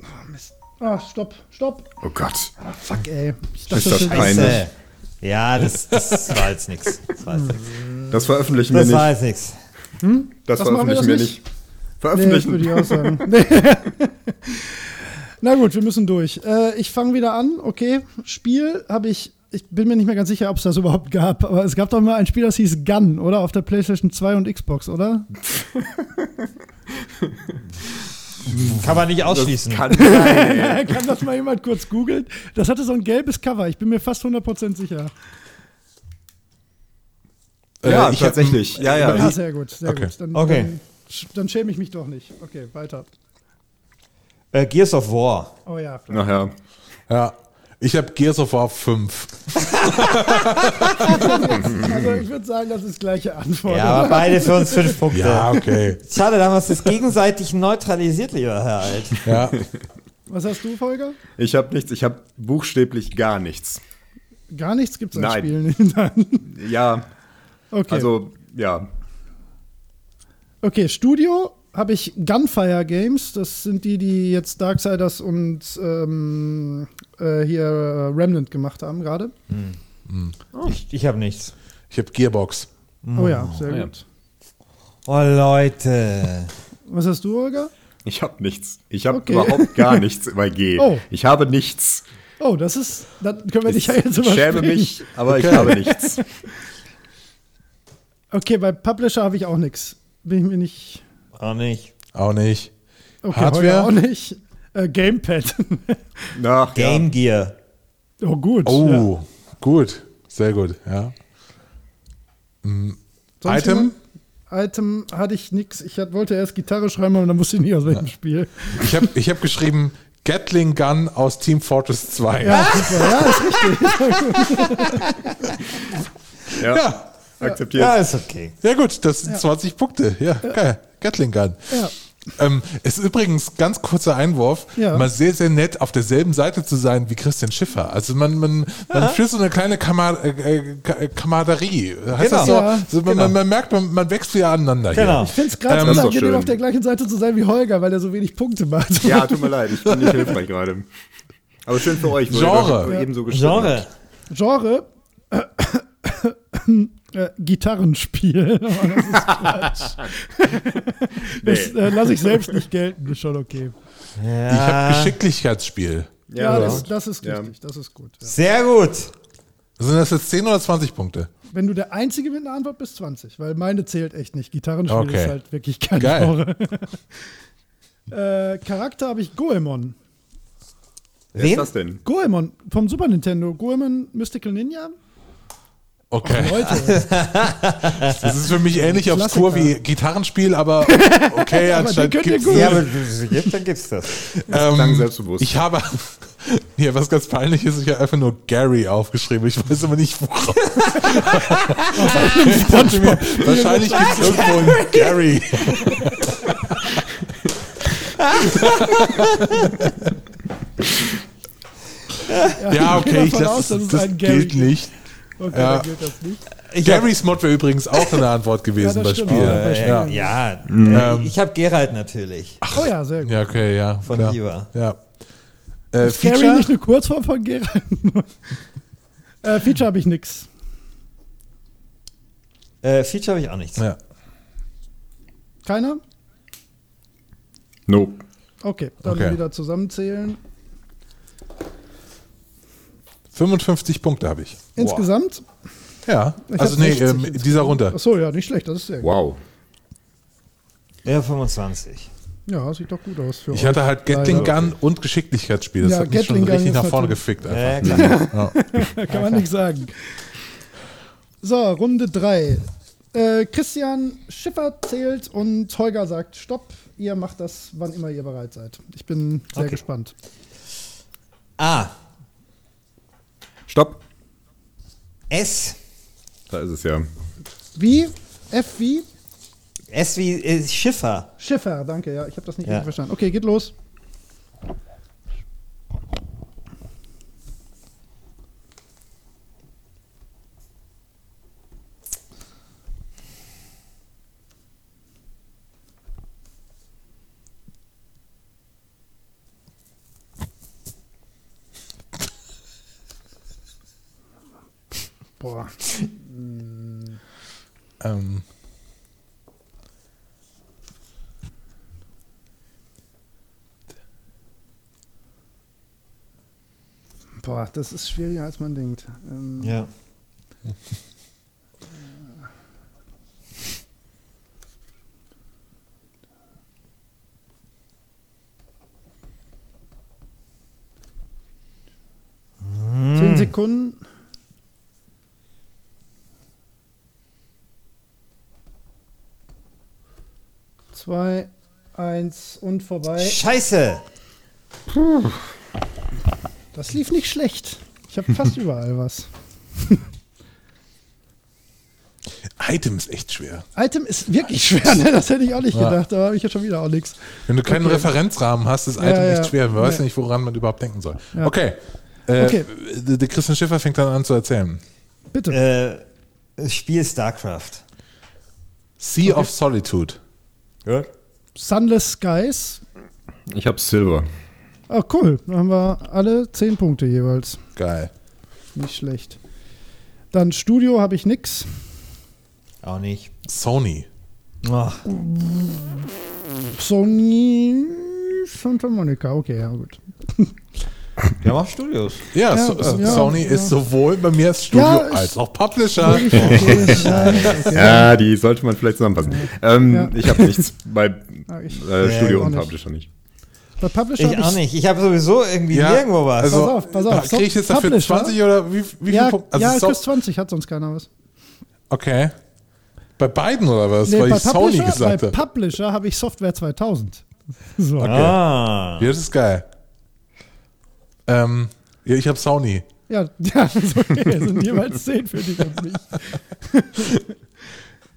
Speaker 1: Oh, Mist. Ah, stopp, stopp.
Speaker 2: Oh Gott.
Speaker 1: Ah, fuck, ey. Ich
Speaker 2: Ist das
Speaker 1: schon-
Speaker 2: peinlich?
Speaker 4: Scheiße. Ja, das, das war jetzt nichts. Das war jetzt nichts.
Speaker 2: Das veröffentlichen
Speaker 4: Das
Speaker 2: wir
Speaker 4: war
Speaker 2: nicht.
Speaker 4: jetzt nichts.
Speaker 2: Das
Speaker 1: Was machen wir
Speaker 2: veröffentlichen
Speaker 1: das
Speaker 2: wir
Speaker 1: nicht? Nee,
Speaker 2: nicht.
Speaker 1: das würde
Speaker 2: Veröffentlichen.
Speaker 1: ich auch sagen. Nee. Na gut, wir müssen durch. Äh, ich fange wieder an. Okay, Spiel habe ich. Ich bin mir nicht mehr ganz sicher, ob es das überhaupt gab, aber es gab doch mal ein Spiel, das hieß Gun, oder? Auf der PlayStation 2 und Xbox, oder?
Speaker 4: Kann man nicht ausschließen.
Speaker 1: Kann das mal jemand kurz googeln? Das hatte so ein gelbes Cover, ich bin mir fast 100% sicher.
Speaker 2: ja,
Speaker 3: Äh, ich hab-
Speaker 2: tatsächlich. ja, ja.
Speaker 1: Ja, sehr gut, sehr
Speaker 3: Okay.
Speaker 1: gut. Dann,
Speaker 4: Okay.
Speaker 1: Dann, sch- dann schäme ich mich doch nicht. Okay, weiter.
Speaker 4: Äh, Gears of War.
Speaker 1: Oh ja, vielleicht.
Speaker 2: Ach ja.
Speaker 3: Ja. Ich habe Gears of War 5.
Speaker 1: Also ich würde sagen, das ist gleiche Antwort.
Speaker 4: Ja, aber beide für uns fünf Punkte.
Speaker 3: Ja, okay.
Speaker 4: Schade, da haben wir uns das gegenseitig neutralisiert, lieber Herr Alt.
Speaker 3: Ja.
Speaker 1: Was hast du, Volker?
Speaker 2: Ich habe nichts. Ich habe buchstäblich gar nichts.
Speaker 1: Gar nichts gibt es an
Speaker 2: Nein.
Speaker 1: Spielen. Nein.
Speaker 2: Ja,
Speaker 1: Okay.
Speaker 2: also, ja.
Speaker 1: Okay, Studio habe ich Gunfire Games. Das sind die, die jetzt Darksiders und ähm, äh, hier äh, Remnant gemacht haben gerade.
Speaker 4: Ich, ich habe nichts.
Speaker 3: Ich habe Gearbox.
Speaker 1: Oh ja, sehr
Speaker 2: Ah ja.
Speaker 1: gut.
Speaker 4: Oh Leute.
Speaker 1: Was hast du, Holger?
Speaker 2: Ich habe nichts. Ich habe
Speaker 1: Okay.
Speaker 2: überhaupt gar nichts bei G.
Speaker 1: Oh.
Speaker 2: Ich habe nichts.
Speaker 1: Oh, das ist. Dann können wir dich ja jetzt
Speaker 2: ich schäme
Speaker 1: überspringen.
Speaker 2: mich, aber ich
Speaker 3: Okay.
Speaker 2: habe nichts.
Speaker 1: Okay, bei Publisher habe ich auch nichts. Bin ich mir nicht.
Speaker 4: Auch nicht.
Speaker 3: Auch nicht.
Speaker 1: Okay, Holger
Speaker 3: Hardware?
Speaker 1: auch nicht. Äh, Gamepad.
Speaker 2: Ach, ja.
Speaker 4: Game Gear.
Speaker 1: oh, gut. ja.
Speaker 3: Oh, gut. Sehr gut, ja.
Speaker 1: Sonst
Speaker 3: Item?
Speaker 1: jemand? Item hatte ich nichts. Ich hat, wollte erst Gitarre schreiben, aber dann wusste ich nicht aus welchem Spiel.
Speaker 3: Ich habe ich hab geschrieben Gatling Gun aus Team Fortress 2.
Speaker 1: Ja, super. Ja, ist richtig.
Speaker 2: Ja.
Speaker 3: ja.
Speaker 2: Akzeptiert.
Speaker 4: Ja, ist okay.
Speaker 3: Ja, gut, das sind 20 Punkte. Ja, geil. Gatling Gun.
Speaker 1: Ja.
Speaker 3: Ähm, es ist übrigens ganz kurzer Einwurf,
Speaker 1: Ja.
Speaker 3: mal sehr, sehr nett auf derselben Seite zu sein wie Christian Schiffer. Also man, man, man führt so eine kleine Kammer, äh, äh, Ka- Kameraderie. Heißt das
Speaker 4: Genau.
Speaker 3: so?
Speaker 1: Ja.
Speaker 3: so man, man, man merkt, man, man wächst wieder aneinander
Speaker 4: Genau.
Speaker 3: hier.
Speaker 1: Ich finde es gerade
Speaker 3: Ähm,
Speaker 1: so
Speaker 2: das ist doch
Speaker 1: angenehm,
Speaker 2: schön.
Speaker 1: auf der gleichen Seite zu sein wie Holger, weil er so wenig Punkte macht.
Speaker 2: Ja, tut mir leid, ich bin nicht hilfreich gerade. Aber schön für euch. wo ihr
Speaker 3: Genre.
Speaker 2: doch Ebenso gestritten habt.
Speaker 4: Genre.
Speaker 1: Genre. Äh, äh, Gitarrenspiel. Aber das ist Quatsch. das äh, lasse ich selbst nicht gelten, ist schon okay.
Speaker 4: Ja.
Speaker 3: Ich habe Geschicklichkeitsspiel.
Speaker 1: Ja,
Speaker 2: Ja,
Speaker 1: das, das ist
Speaker 2: Ja.
Speaker 1: richtig, das ist gut. Ja.
Speaker 4: Sehr gut.
Speaker 3: Sind das jetzt 10 oder 20 Punkte?
Speaker 1: Wenn du der Einzige mit einer Antwort bist, 20, weil meine zählt echt nicht. Gitarrenspiel
Speaker 3: Okay.
Speaker 1: ist halt wirklich kein
Speaker 3: Geil.
Speaker 1: Genre. äh, Charakter habe ich Goemon.
Speaker 2: Wer ist
Speaker 4: Wen?
Speaker 2: das denn?
Speaker 1: Goemon vom Super Nintendo. Goemon Mystical Ninja.
Speaker 3: Okay.
Speaker 1: Leute,
Speaker 3: Das ist für mich ähnlich obskur wie
Speaker 1: Oh Klassiker.
Speaker 3: Gitarrenspiel, aber okay, anscheinend
Speaker 1: den könnt ihr
Speaker 3: gibt's-
Speaker 1: gut.
Speaker 4: Ja, aber gibt, dann gibt's das.
Speaker 3: Ähm,
Speaker 2: selbstbewusst.
Speaker 3: Ich habe hier was ganz peinlich ist, ich habe einfach nur Gary aufgeschrieben. Ich weiß aber nicht worauf. Ich dachte mir, wahrscheinlich gibt es irgendwo einen Gary. Ja,
Speaker 1: gehe
Speaker 3: okay, ich
Speaker 1: davon aus, dass
Speaker 3: lasse das,
Speaker 1: es
Speaker 3: das
Speaker 1: einen Gary
Speaker 3: gilt nicht.
Speaker 1: okay,
Speaker 3: Ja.
Speaker 1: dann gilt das nicht.
Speaker 3: Garys Mod wäre übrigens auch eine Antwort gewesen
Speaker 1: Ja,
Speaker 3: bei
Speaker 1: das stimmt.
Speaker 3: Spiel.
Speaker 1: Ja, bei Spiel.
Speaker 3: Ja.
Speaker 4: Äh, Ja, Äh, ich habe Gerald natürlich.
Speaker 1: Oh ja, sehr gut.
Speaker 3: ja, okay, ja.
Speaker 4: Von
Speaker 3: klar.
Speaker 4: Iva.
Speaker 3: Ja. Äh,
Speaker 1: Ist Gary
Speaker 3: Feature?
Speaker 1: nicht eine Kurzform von Gerald? äh, Feature habe ich nix.
Speaker 4: Äh, Feature habe ich auch nichts.
Speaker 3: Ja.
Speaker 1: Keiner?
Speaker 2: Nope.
Speaker 1: Okay, dann
Speaker 3: Okay.
Speaker 1: wieder zusammenzählen.
Speaker 3: 55 Punkte habe ich.
Speaker 1: Insgesamt?
Speaker 3: Ja,
Speaker 1: Ich
Speaker 3: also
Speaker 1: hab
Speaker 3: nee,
Speaker 1: 60
Speaker 3: ähm,
Speaker 1: insgesamt.
Speaker 3: dieser runter.
Speaker 1: Achso, ja, nicht schlecht, das ist sehr gut.
Speaker 2: Wow.
Speaker 4: Ja, 25.
Speaker 1: Ja, sieht doch gut aus für
Speaker 3: Ich hatte halt Gatling
Speaker 1: Leider.
Speaker 3: Gun und Geschicklichkeitsspiel. Das
Speaker 1: Ja,
Speaker 3: hat mich
Speaker 1: Gatling
Speaker 3: schon
Speaker 1: Gun
Speaker 3: richtig
Speaker 1: ist
Speaker 3: nach vorne
Speaker 1: natürlich-
Speaker 3: gefickt. Einfach.
Speaker 4: Ja, Äh, klar.
Speaker 1: Kann man nichts sagen. So, Runde 3. Äh, Christian Schiffer zählt und Holger sagt Stopp. Ihr macht das, wann immer ihr bereit seid. Ich bin sehr
Speaker 4: Okay.
Speaker 1: gespannt.
Speaker 4: A.
Speaker 2: Stopp.
Speaker 4: S.
Speaker 2: Da ist es ja.
Speaker 1: Wie? F wie?
Speaker 4: S wie äh, Schiffer.
Speaker 1: Schiffer, danke. Ja, ich habe das nicht
Speaker 4: Ja.
Speaker 1: richtig verstanden. Okay, geht los. Boah.
Speaker 3: Ähm,
Speaker 1: Boah, das ist schwieriger als man denkt. Ähm,
Speaker 4: Ja.
Speaker 1: Zehn Sekunden. Zwei, eins und vorbei.
Speaker 4: Scheiße.
Speaker 1: Das lief nicht schlecht. Ich habe fast überall was.
Speaker 3: Item ist echt schwer.
Speaker 1: Item ist wirklich schwer, ne? Das hätte ich auch nicht gedacht. Da habe ich jetzt schon wieder auch nichts.
Speaker 3: Wenn du keinen Referenzrahmen hast, ist Item
Speaker 1: ja.
Speaker 3: echt schwer. Man weiß
Speaker 1: Ja.
Speaker 3: nicht, woran man überhaupt denken soll.
Speaker 1: Ja.
Speaker 3: Okay. Äh,
Speaker 1: Okay.
Speaker 3: Der der Christian Schiffer fängt dann an zu erzählen.
Speaker 1: Bitte.
Speaker 4: Äh, Spiel StarCraft.
Speaker 3: Sea of Solitude.
Speaker 4: Gut.
Speaker 1: Sunless Skies.
Speaker 2: Ich habe Silver.
Speaker 1: Ach cool, dann haben wir alle zehn Punkte jeweils.
Speaker 3: Geil.
Speaker 1: Nicht schlecht. Dann Studio habe ich nix.
Speaker 4: Auch nicht.
Speaker 3: Sony.
Speaker 4: Oh,
Speaker 1: Sony Santa Monica. Okay, ja gut.
Speaker 4: wir haben auch Studios.
Speaker 3: Ja,
Speaker 1: Ja,
Speaker 3: so, so-
Speaker 1: ja,
Speaker 3: Sony
Speaker 1: ja.
Speaker 3: ist sowohl bei mir als Studio
Speaker 1: Ja, ist-
Speaker 3: als auch Publisher.
Speaker 1: Wirklich okay, ja, okay.
Speaker 2: Ja, die sollte man vielleicht zusammenpassen. Ähm,
Speaker 1: Ja.
Speaker 2: Ich habe nichts bei
Speaker 1: Ah, ich-
Speaker 2: äh, Studio
Speaker 1: auch
Speaker 2: und
Speaker 1: nicht.
Speaker 2: Publisher nicht.
Speaker 1: Bei Publisher
Speaker 4: Ich
Speaker 1: hab
Speaker 4: auch nicht. Ich habe sowieso irgendwie
Speaker 3: Ja,
Speaker 4: nirgendwo was.
Speaker 3: Also,
Speaker 1: Pass auf, pass auf.
Speaker 3: Kriege ich jetzt dafür
Speaker 1: Publisher?
Speaker 3: 20 oder wie, wie
Speaker 1: ja,
Speaker 3: viel Punkte?
Speaker 1: ja,
Speaker 3: Also so-
Speaker 1: Chris 20 hat sonst keiner was.
Speaker 3: okay. Bei beiden oder was? Weil ich Sony gesagt
Speaker 1: bei
Speaker 3: habe.
Speaker 1: Publisher habe ich Software 2000. So.
Speaker 4: ah.
Speaker 3: Ja, das ist geil. Ähm, ja, ich habe Sony.
Speaker 1: Ja, ja, ist okay. Es sind jeweils 10 für dich und mich.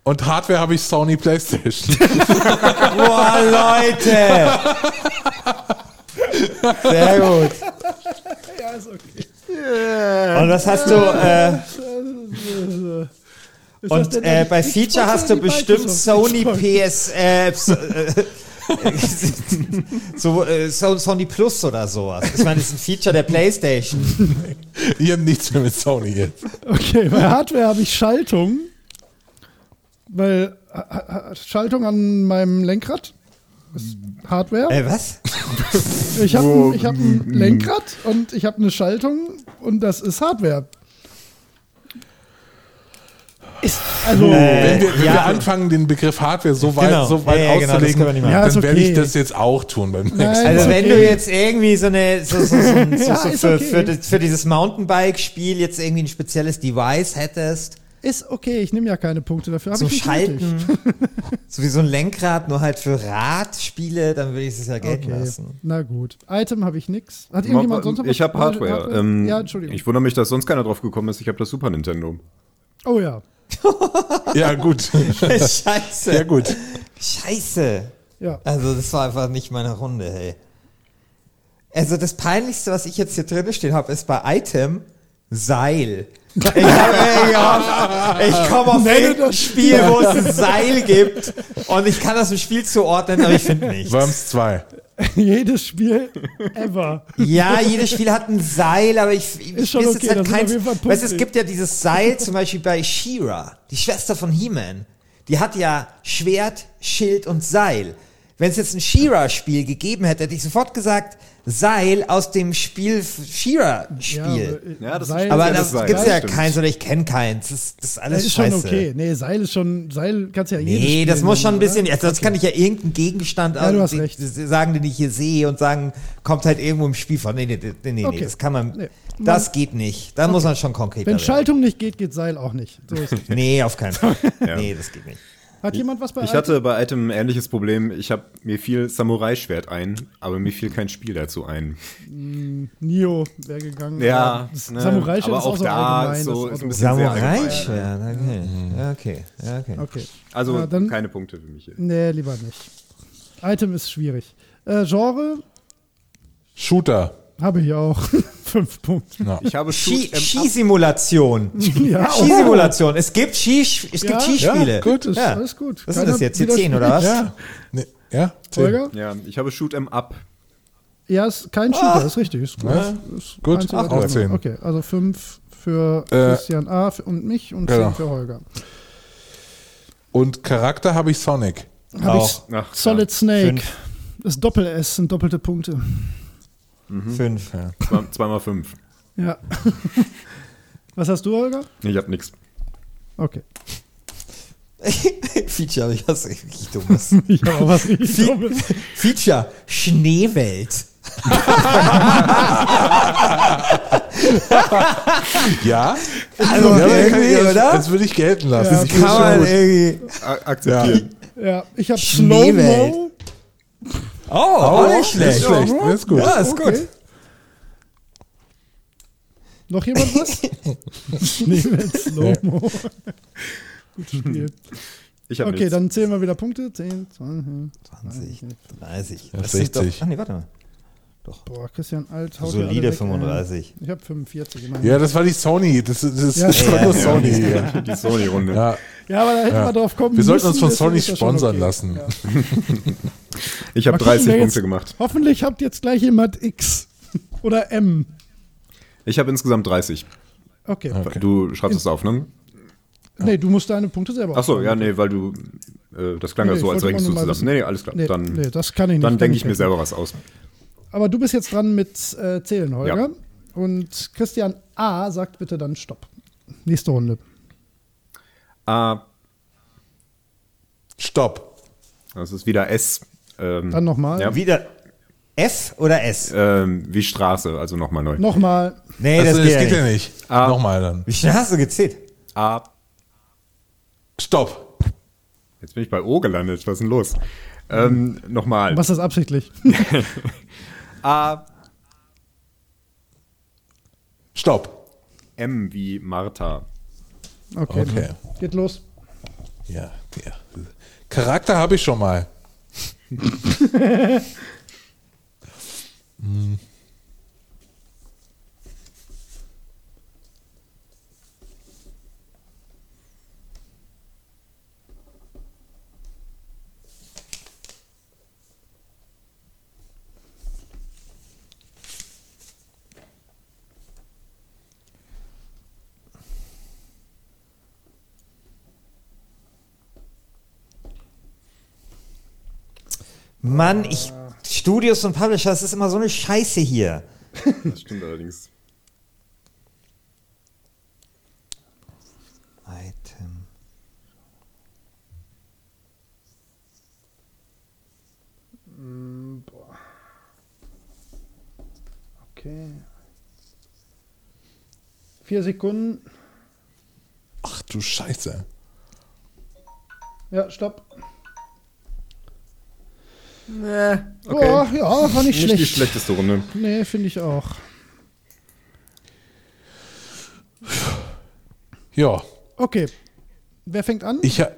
Speaker 3: Und Hardware habe ich Sony PlayStation.
Speaker 4: Boah, Leute! Sehr gut.
Speaker 1: Ja, ist okay.
Speaker 4: Und was hast du? Äh,
Speaker 1: Ist das
Speaker 4: und
Speaker 1: denn
Speaker 4: äh,
Speaker 1: die
Speaker 4: bei
Speaker 1: Xbox
Speaker 4: Feature
Speaker 1: oder
Speaker 4: hast du
Speaker 1: die
Speaker 4: bestimmt
Speaker 1: Microsoft
Speaker 4: Sony
Speaker 1: Xbox?
Speaker 4: PS, äh, so, äh, so, äh, so Sony Plus oder sowas. Ich meine, das ist ein Feature der PlayStation.
Speaker 3: ich habe nichts mehr mit Sony jetzt.
Speaker 4: Äh,
Speaker 1: Okay, bei Hardware habe ich Schaltung. Weil ha- ha- Schaltung an meinem Lenkrad ist Hardware.
Speaker 4: Äh, was?
Speaker 1: Ich habe ich hab
Speaker 2: Mm-hmm.
Speaker 1: ein Lenkrad und ich habe eine Schaltung und das ist Hardware. Ist also
Speaker 3: Wenn wir, wenn
Speaker 4: ja.
Speaker 3: wir anfangen, den Begriff Hardware so weit,
Speaker 4: Genau.
Speaker 3: so weit
Speaker 4: Ja, ja, genau, das
Speaker 3: auszulegen,
Speaker 4: können wir nicht machen.
Speaker 1: Ja,
Speaker 3: dann
Speaker 1: ist
Speaker 3: werde ich
Speaker 1: okay.
Speaker 3: das jetzt auch tun beim nächsten
Speaker 1: Nein.
Speaker 3: Mal.
Speaker 4: Also
Speaker 1: Ist
Speaker 4: wenn
Speaker 1: okay.
Speaker 4: du jetzt irgendwie so eine so, so, so, so, so,
Speaker 1: Ja, ist
Speaker 4: für,
Speaker 1: okay.
Speaker 4: für, das- für dieses Mountainbike-Spiel jetzt irgendwie ein spezielles Device hättest,
Speaker 1: ist okay, ich nehme ja keine Punkte dafür. Hab
Speaker 4: so
Speaker 1: ich nicht nötig.
Speaker 4: Schalten, so wie so ein Lenkrad, nur halt für Radspiele, dann würde ich es ja gelten
Speaker 1: Okay.
Speaker 4: lassen.
Speaker 1: Na gut. Item habe ich nix. Hat irgendjemand sonst noch was?
Speaker 2: ich habe Hardware. Ähm,
Speaker 1: ja, Entschuldigung.
Speaker 2: Ich wundere mich, dass sonst keiner drauf gekommen ist. Ich habe das Super Nintendo.
Speaker 1: oh ja.
Speaker 4: Also-
Speaker 3: Ja, gut.
Speaker 4: Scheiße.
Speaker 3: Ja, gut.
Speaker 4: Scheiße.
Speaker 1: Ja.
Speaker 4: Also das war einfach nicht meine Runde, hey. Also das Peinlichste, was ich jetzt hier drin stehen habe, ist bei Item Seil. Ich, hab, ey, ich, hab- ich komme auf
Speaker 1: Nenne
Speaker 4: irgendein
Speaker 1: das
Speaker 4: Spiel, wo es ein Seil gibt und ich kann das im Spiel zuordnen, aber ich finde nichts.
Speaker 3: Worms 2.
Speaker 1: Jedes Spiel ever.
Speaker 4: Ja, jedes Spiel hat ein Seil, aber ich, ich
Speaker 1: schon
Speaker 4: mir ist
Speaker 1: okay, das
Speaker 4: jetzt halt
Speaker 1: sind
Speaker 4: keins.
Speaker 1: auf jeden Fall Punkte.
Speaker 4: Weißt, du, es gibt ja dieses Seil zum Beispiel bei She-Ra, die Schwester von He-Man. Die hat ja Schwert, Schild und Seil. Wenn es jetzt ein She-Ra-Spiel gegeben hätte, hätte ich sofort gesagt, Seil aus dem Spiel She-Ra-Spiel.
Speaker 1: äh,
Speaker 2: Ja, das ist
Speaker 1: Seil-
Speaker 2: ein
Speaker 4: aber
Speaker 2: ja,
Speaker 4: das,
Speaker 2: das Seil,
Speaker 4: gibt's ja
Speaker 2: stimmt.
Speaker 4: keins oder ich kenne keins. Das, das ist alles
Speaker 1: Das ist schon
Speaker 4: scheiße.
Speaker 1: okay. Nee, Seil ist schon, Seil kannst ja jedes
Speaker 4: Nee,
Speaker 1: Spiel
Speaker 4: das muss schon ein
Speaker 1: nehmen,
Speaker 4: bisschen,
Speaker 1: oder?
Speaker 4: ja, sonst kann ich ja irgendeinen Gegenstand
Speaker 1: Ja, du hast
Speaker 4: den-
Speaker 1: recht.
Speaker 4: sagen, den ich hier sehe und sagen, kommt halt irgendwo im Spiel vor. Nee, nee, nee, nee, nee
Speaker 1: Okay.
Speaker 4: das kann man,
Speaker 1: Nee.
Speaker 4: das geht nicht. Da muss man schon konkreter
Speaker 1: Wenn
Speaker 4: werden.
Speaker 1: Schaltung nicht geht, geht Seil auch nicht. So ist es.
Speaker 4: Nee, auf keinen Fall.
Speaker 2: Ja.
Speaker 4: Nee, das geht nicht.
Speaker 1: Hat jemand was bei
Speaker 2: Ich hatte bei Item ein ähnliches Problem. Ich habe mir viel Samurai-Schwert ein, aber mir fiel kein Spiel dazu ein.
Speaker 1: Nio wäre gegangen.
Speaker 2: Ja,
Speaker 1: Das
Speaker 2: ne,
Speaker 1: Samurai
Speaker 2: aber
Speaker 1: ist auch
Speaker 2: auch
Speaker 1: so
Speaker 2: da
Speaker 1: allgemein.
Speaker 2: so
Speaker 1: das
Speaker 2: ist ein
Speaker 1: Auto.
Speaker 2: bisschen-
Speaker 4: Samurai-Schwert, okay.
Speaker 2: ne?
Speaker 4: Ja,
Speaker 2: Mhm.
Speaker 4: okay. Ja, okay.
Speaker 1: Okay.
Speaker 2: Also
Speaker 1: Ja, dann-
Speaker 2: keine Punkte für mich hier.
Speaker 1: Nee, lieber nicht. Item ist schwierig. Äh, Genre
Speaker 3: Shooter.
Speaker 1: habe ich auch. Fünf Punkte.
Speaker 3: Ja.
Speaker 2: Ich habe
Speaker 4: Ski-
Speaker 2: Shoot 'em Up.
Speaker 4: Skisimulation.
Speaker 1: Ja, oh.
Speaker 4: Skisimulation. Es gibt Ski, es gibt
Speaker 1: Ja,
Speaker 4: Skispiele.
Speaker 3: ja,
Speaker 1: gut, ist-
Speaker 4: Ja.
Speaker 1: alles gut.
Speaker 4: Was ist
Speaker 1: Keiner
Speaker 4: das jetzt? Hier 10
Speaker 1: widerspricht.
Speaker 4: oder was?
Speaker 3: Ja. Nee. Ja. zehn.
Speaker 1: Holger?
Speaker 2: Ja, ich habe Shoot 'em Up.
Speaker 1: Ja, ist kein Shooter, ist richtig. Ist gut.
Speaker 3: Ja.
Speaker 1: Ist
Speaker 3: Gut,
Speaker 1: eins
Speaker 3: auch
Speaker 1: oder drei.
Speaker 3: zehn.
Speaker 1: Okay, also fünf für
Speaker 3: Äh,
Speaker 1: Christian A. und mich und
Speaker 3: genau.
Speaker 1: zehn für Holger.
Speaker 3: Und Charakter habe ich Sonic.
Speaker 1: Habe ich
Speaker 4: Auch.
Speaker 2: Ach,
Speaker 1: Solid Snake.
Speaker 4: Fünf.
Speaker 1: Das Doppel-S sind doppelte Punkte.
Speaker 4: Fünf.
Speaker 2: Mhm. Ja, zwei- zweimal fünf.
Speaker 1: Ja. Was hast du, Holger?
Speaker 2: Ich habe nichts.
Speaker 1: Okay.
Speaker 4: Feature, aber ich was richtig Dummes.
Speaker 1: Ich habe was richtig
Speaker 4: Fe
Speaker 1: Dummes.
Speaker 4: Feature Schneewelt.
Speaker 3: Ja.
Speaker 4: Also
Speaker 3: ja, aber
Speaker 4: irgendwie,
Speaker 3: kann ich-
Speaker 4: oder?
Speaker 3: Das würde ich gelten lassen.
Speaker 1: Ja,
Speaker 3: Das
Speaker 1: okay.
Speaker 3: ist
Speaker 4: Kann
Speaker 3: schon
Speaker 4: man
Speaker 3: gut.
Speaker 4: irgendwie.
Speaker 2: A akzeptieren.
Speaker 1: Ja, ich habe
Speaker 4: Schneewelt.
Speaker 1: Slow-Mo.
Speaker 4: Oh, auch
Speaker 3: Oh,
Speaker 4: nicht schlecht.
Speaker 3: Ist schlecht. Das ist gut.
Speaker 4: Ja, ist
Speaker 1: Okay.
Speaker 4: gut.
Speaker 1: Noch jemand was? Schneewelt Slow-Mo. Hm, Gutes Spiel.
Speaker 2: Ich habe
Speaker 1: okay,
Speaker 2: nichts.
Speaker 1: dann zählen wir wieder Punkte. 10, 20.
Speaker 4: 20, 30.
Speaker 3: Ja,
Speaker 4: Das sind doch-
Speaker 3: 60.
Speaker 4: Ach nee, warte mal.
Speaker 1: Boah, Christian Alt haut ja alle
Speaker 4: Solide
Speaker 1: weg,
Speaker 4: 35.
Speaker 1: Ey. Ich habe 45. immerhin.
Speaker 3: Ja, das war die Sony. Das, ist- das,
Speaker 1: Ja,
Speaker 3: das war
Speaker 4: ja,
Speaker 3: nur
Speaker 4: ja.
Speaker 3: Sony. hier.
Speaker 2: Die Sony-Runde.
Speaker 3: Ja.
Speaker 1: Ja, aber da hätten
Speaker 3: Ja.
Speaker 1: wir drauf kommen
Speaker 3: Wir sollten
Speaker 1: müssen,
Speaker 3: uns von
Speaker 1: deswegen
Speaker 3: Sony
Speaker 1: ist das schon
Speaker 3: sponsern
Speaker 1: okay.
Speaker 3: lassen.
Speaker 1: Ja.
Speaker 2: Ich habe
Speaker 1: Mal gucken,
Speaker 2: 30
Speaker 1: wer
Speaker 2: Punkte
Speaker 1: jetzt-
Speaker 2: gemacht.
Speaker 1: Hoffentlich habt jetzt gleich jemand X oder M.
Speaker 2: Ich habe insgesamt 30.
Speaker 1: Okay.
Speaker 2: Du schreibst es auf, ne?
Speaker 1: Nee, du musst deine Punkte selber
Speaker 2: Achso,
Speaker 1: aufschreiben.
Speaker 2: ja, nee, weil du. Äh, das klang
Speaker 1: Nee,
Speaker 2: ja so,
Speaker 1: ich
Speaker 2: als
Speaker 1: wollte
Speaker 2: rechnest
Speaker 1: auch
Speaker 2: du
Speaker 1: nur mal
Speaker 2: zusammen.
Speaker 1: wissen.
Speaker 2: Nee, nee, alles klar.
Speaker 1: Nee,
Speaker 2: dann
Speaker 1: nee, das kann ich nicht.
Speaker 2: dann
Speaker 1: kann
Speaker 2: denke ich mir
Speaker 1: nicht.
Speaker 2: selber was aus.
Speaker 1: Aber du bist jetzt dran mit äh, Zählen, Holger.
Speaker 2: Ja.
Speaker 1: Und Christian A. sagt bitte dann Stopp. Nächste Runde.
Speaker 2: Ah,
Speaker 3: Stopp.
Speaker 2: das ist wieder S. Ähm,
Speaker 1: Dann nochmal.
Speaker 2: Ja.
Speaker 4: Wieder F oder S?
Speaker 2: ähm, wie Straße, also nochmal neu.
Speaker 1: Nochmal.
Speaker 4: Nee,
Speaker 3: Also,
Speaker 4: das, geht, ja nicht.
Speaker 3: nicht.
Speaker 2: Ah.
Speaker 3: Nochmal dann.
Speaker 4: Wie schnell hast du gezählt?
Speaker 2: Ah,
Speaker 3: Stopp.
Speaker 2: jetzt bin ich bei O gelandet. Was ist denn los? Ähm, nochmal.
Speaker 1: Was ist absichtlich?
Speaker 2: A,
Speaker 3: Stopp.
Speaker 2: M wie Martha.
Speaker 1: Okay.
Speaker 3: Okay.
Speaker 1: Geht los.
Speaker 3: Ja, ja. Charakter habe ich schon mal. Hm.
Speaker 4: Mann, ich. Studios und Publisher, das ist immer so eine Scheiße hier.
Speaker 2: Das stimmt allerdings.
Speaker 4: Item.
Speaker 1: Mm, boah. Okay. Vier Sekunden.
Speaker 3: Ach du Scheiße.
Speaker 1: Ja, stopp.
Speaker 2: Nee.
Speaker 1: Boah, ja, war Oh, nicht,
Speaker 2: Nicht die
Speaker 1: schlecht.
Speaker 2: schlechteste Runde.
Speaker 1: Nee, finde ich auch.
Speaker 3: Ja,
Speaker 1: Okay. Wer fängt an?
Speaker 3: ich, ha-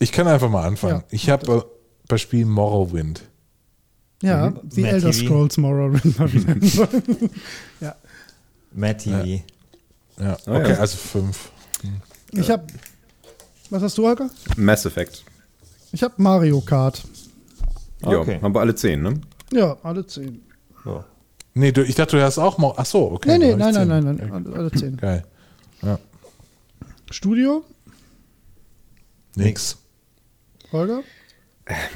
Speaker 3: ich kann einfach mal anfangen.
Speaker 1: Ja,
Speaker 3: ich habe bei Spiel Morrowind.
Speaker 1: ja,
Speaker 4: Mhm.
Speaker 1: The
Speaker 4: Matt
Speaker 1: Elder
Speaker 4: TV.
Speaker 1: Scrolls Morrowind mal wieder.
Speaker 4: Matt TV.
Speaker 3: Ja,
Speaker 2: Ah, ja.
Speaker 3: okay, also fünf.
Speaker 1: ich habe. Was hast du, Holger?
Speaker 2: Mass Effect.
Speaker 1: Ich habe Mario Kart.
Speaker 2: Ja,
Speaker 4: Okay.
Speaker 2: haben wir alle zehn, ne?
Speaker 1: Ja, alle zehn.
Speaker 4: So.
Speaker 3: Nee, du, ich dachte, du hast auch Morrowind. Ach so, okay.
Speaker 1: Nee, nee,
Speaker 3: dann hab
Speaker 1: nein,
Speaker 3: ich
Speaker 1: nein,
Speaker 3: zehn.
Speaker 1: nein, nein, alle, alle zehn.
Speaker 3: Geil.
Speaker 1: Studio,
Speaker 3: Nix.
Speaker 1: Holger?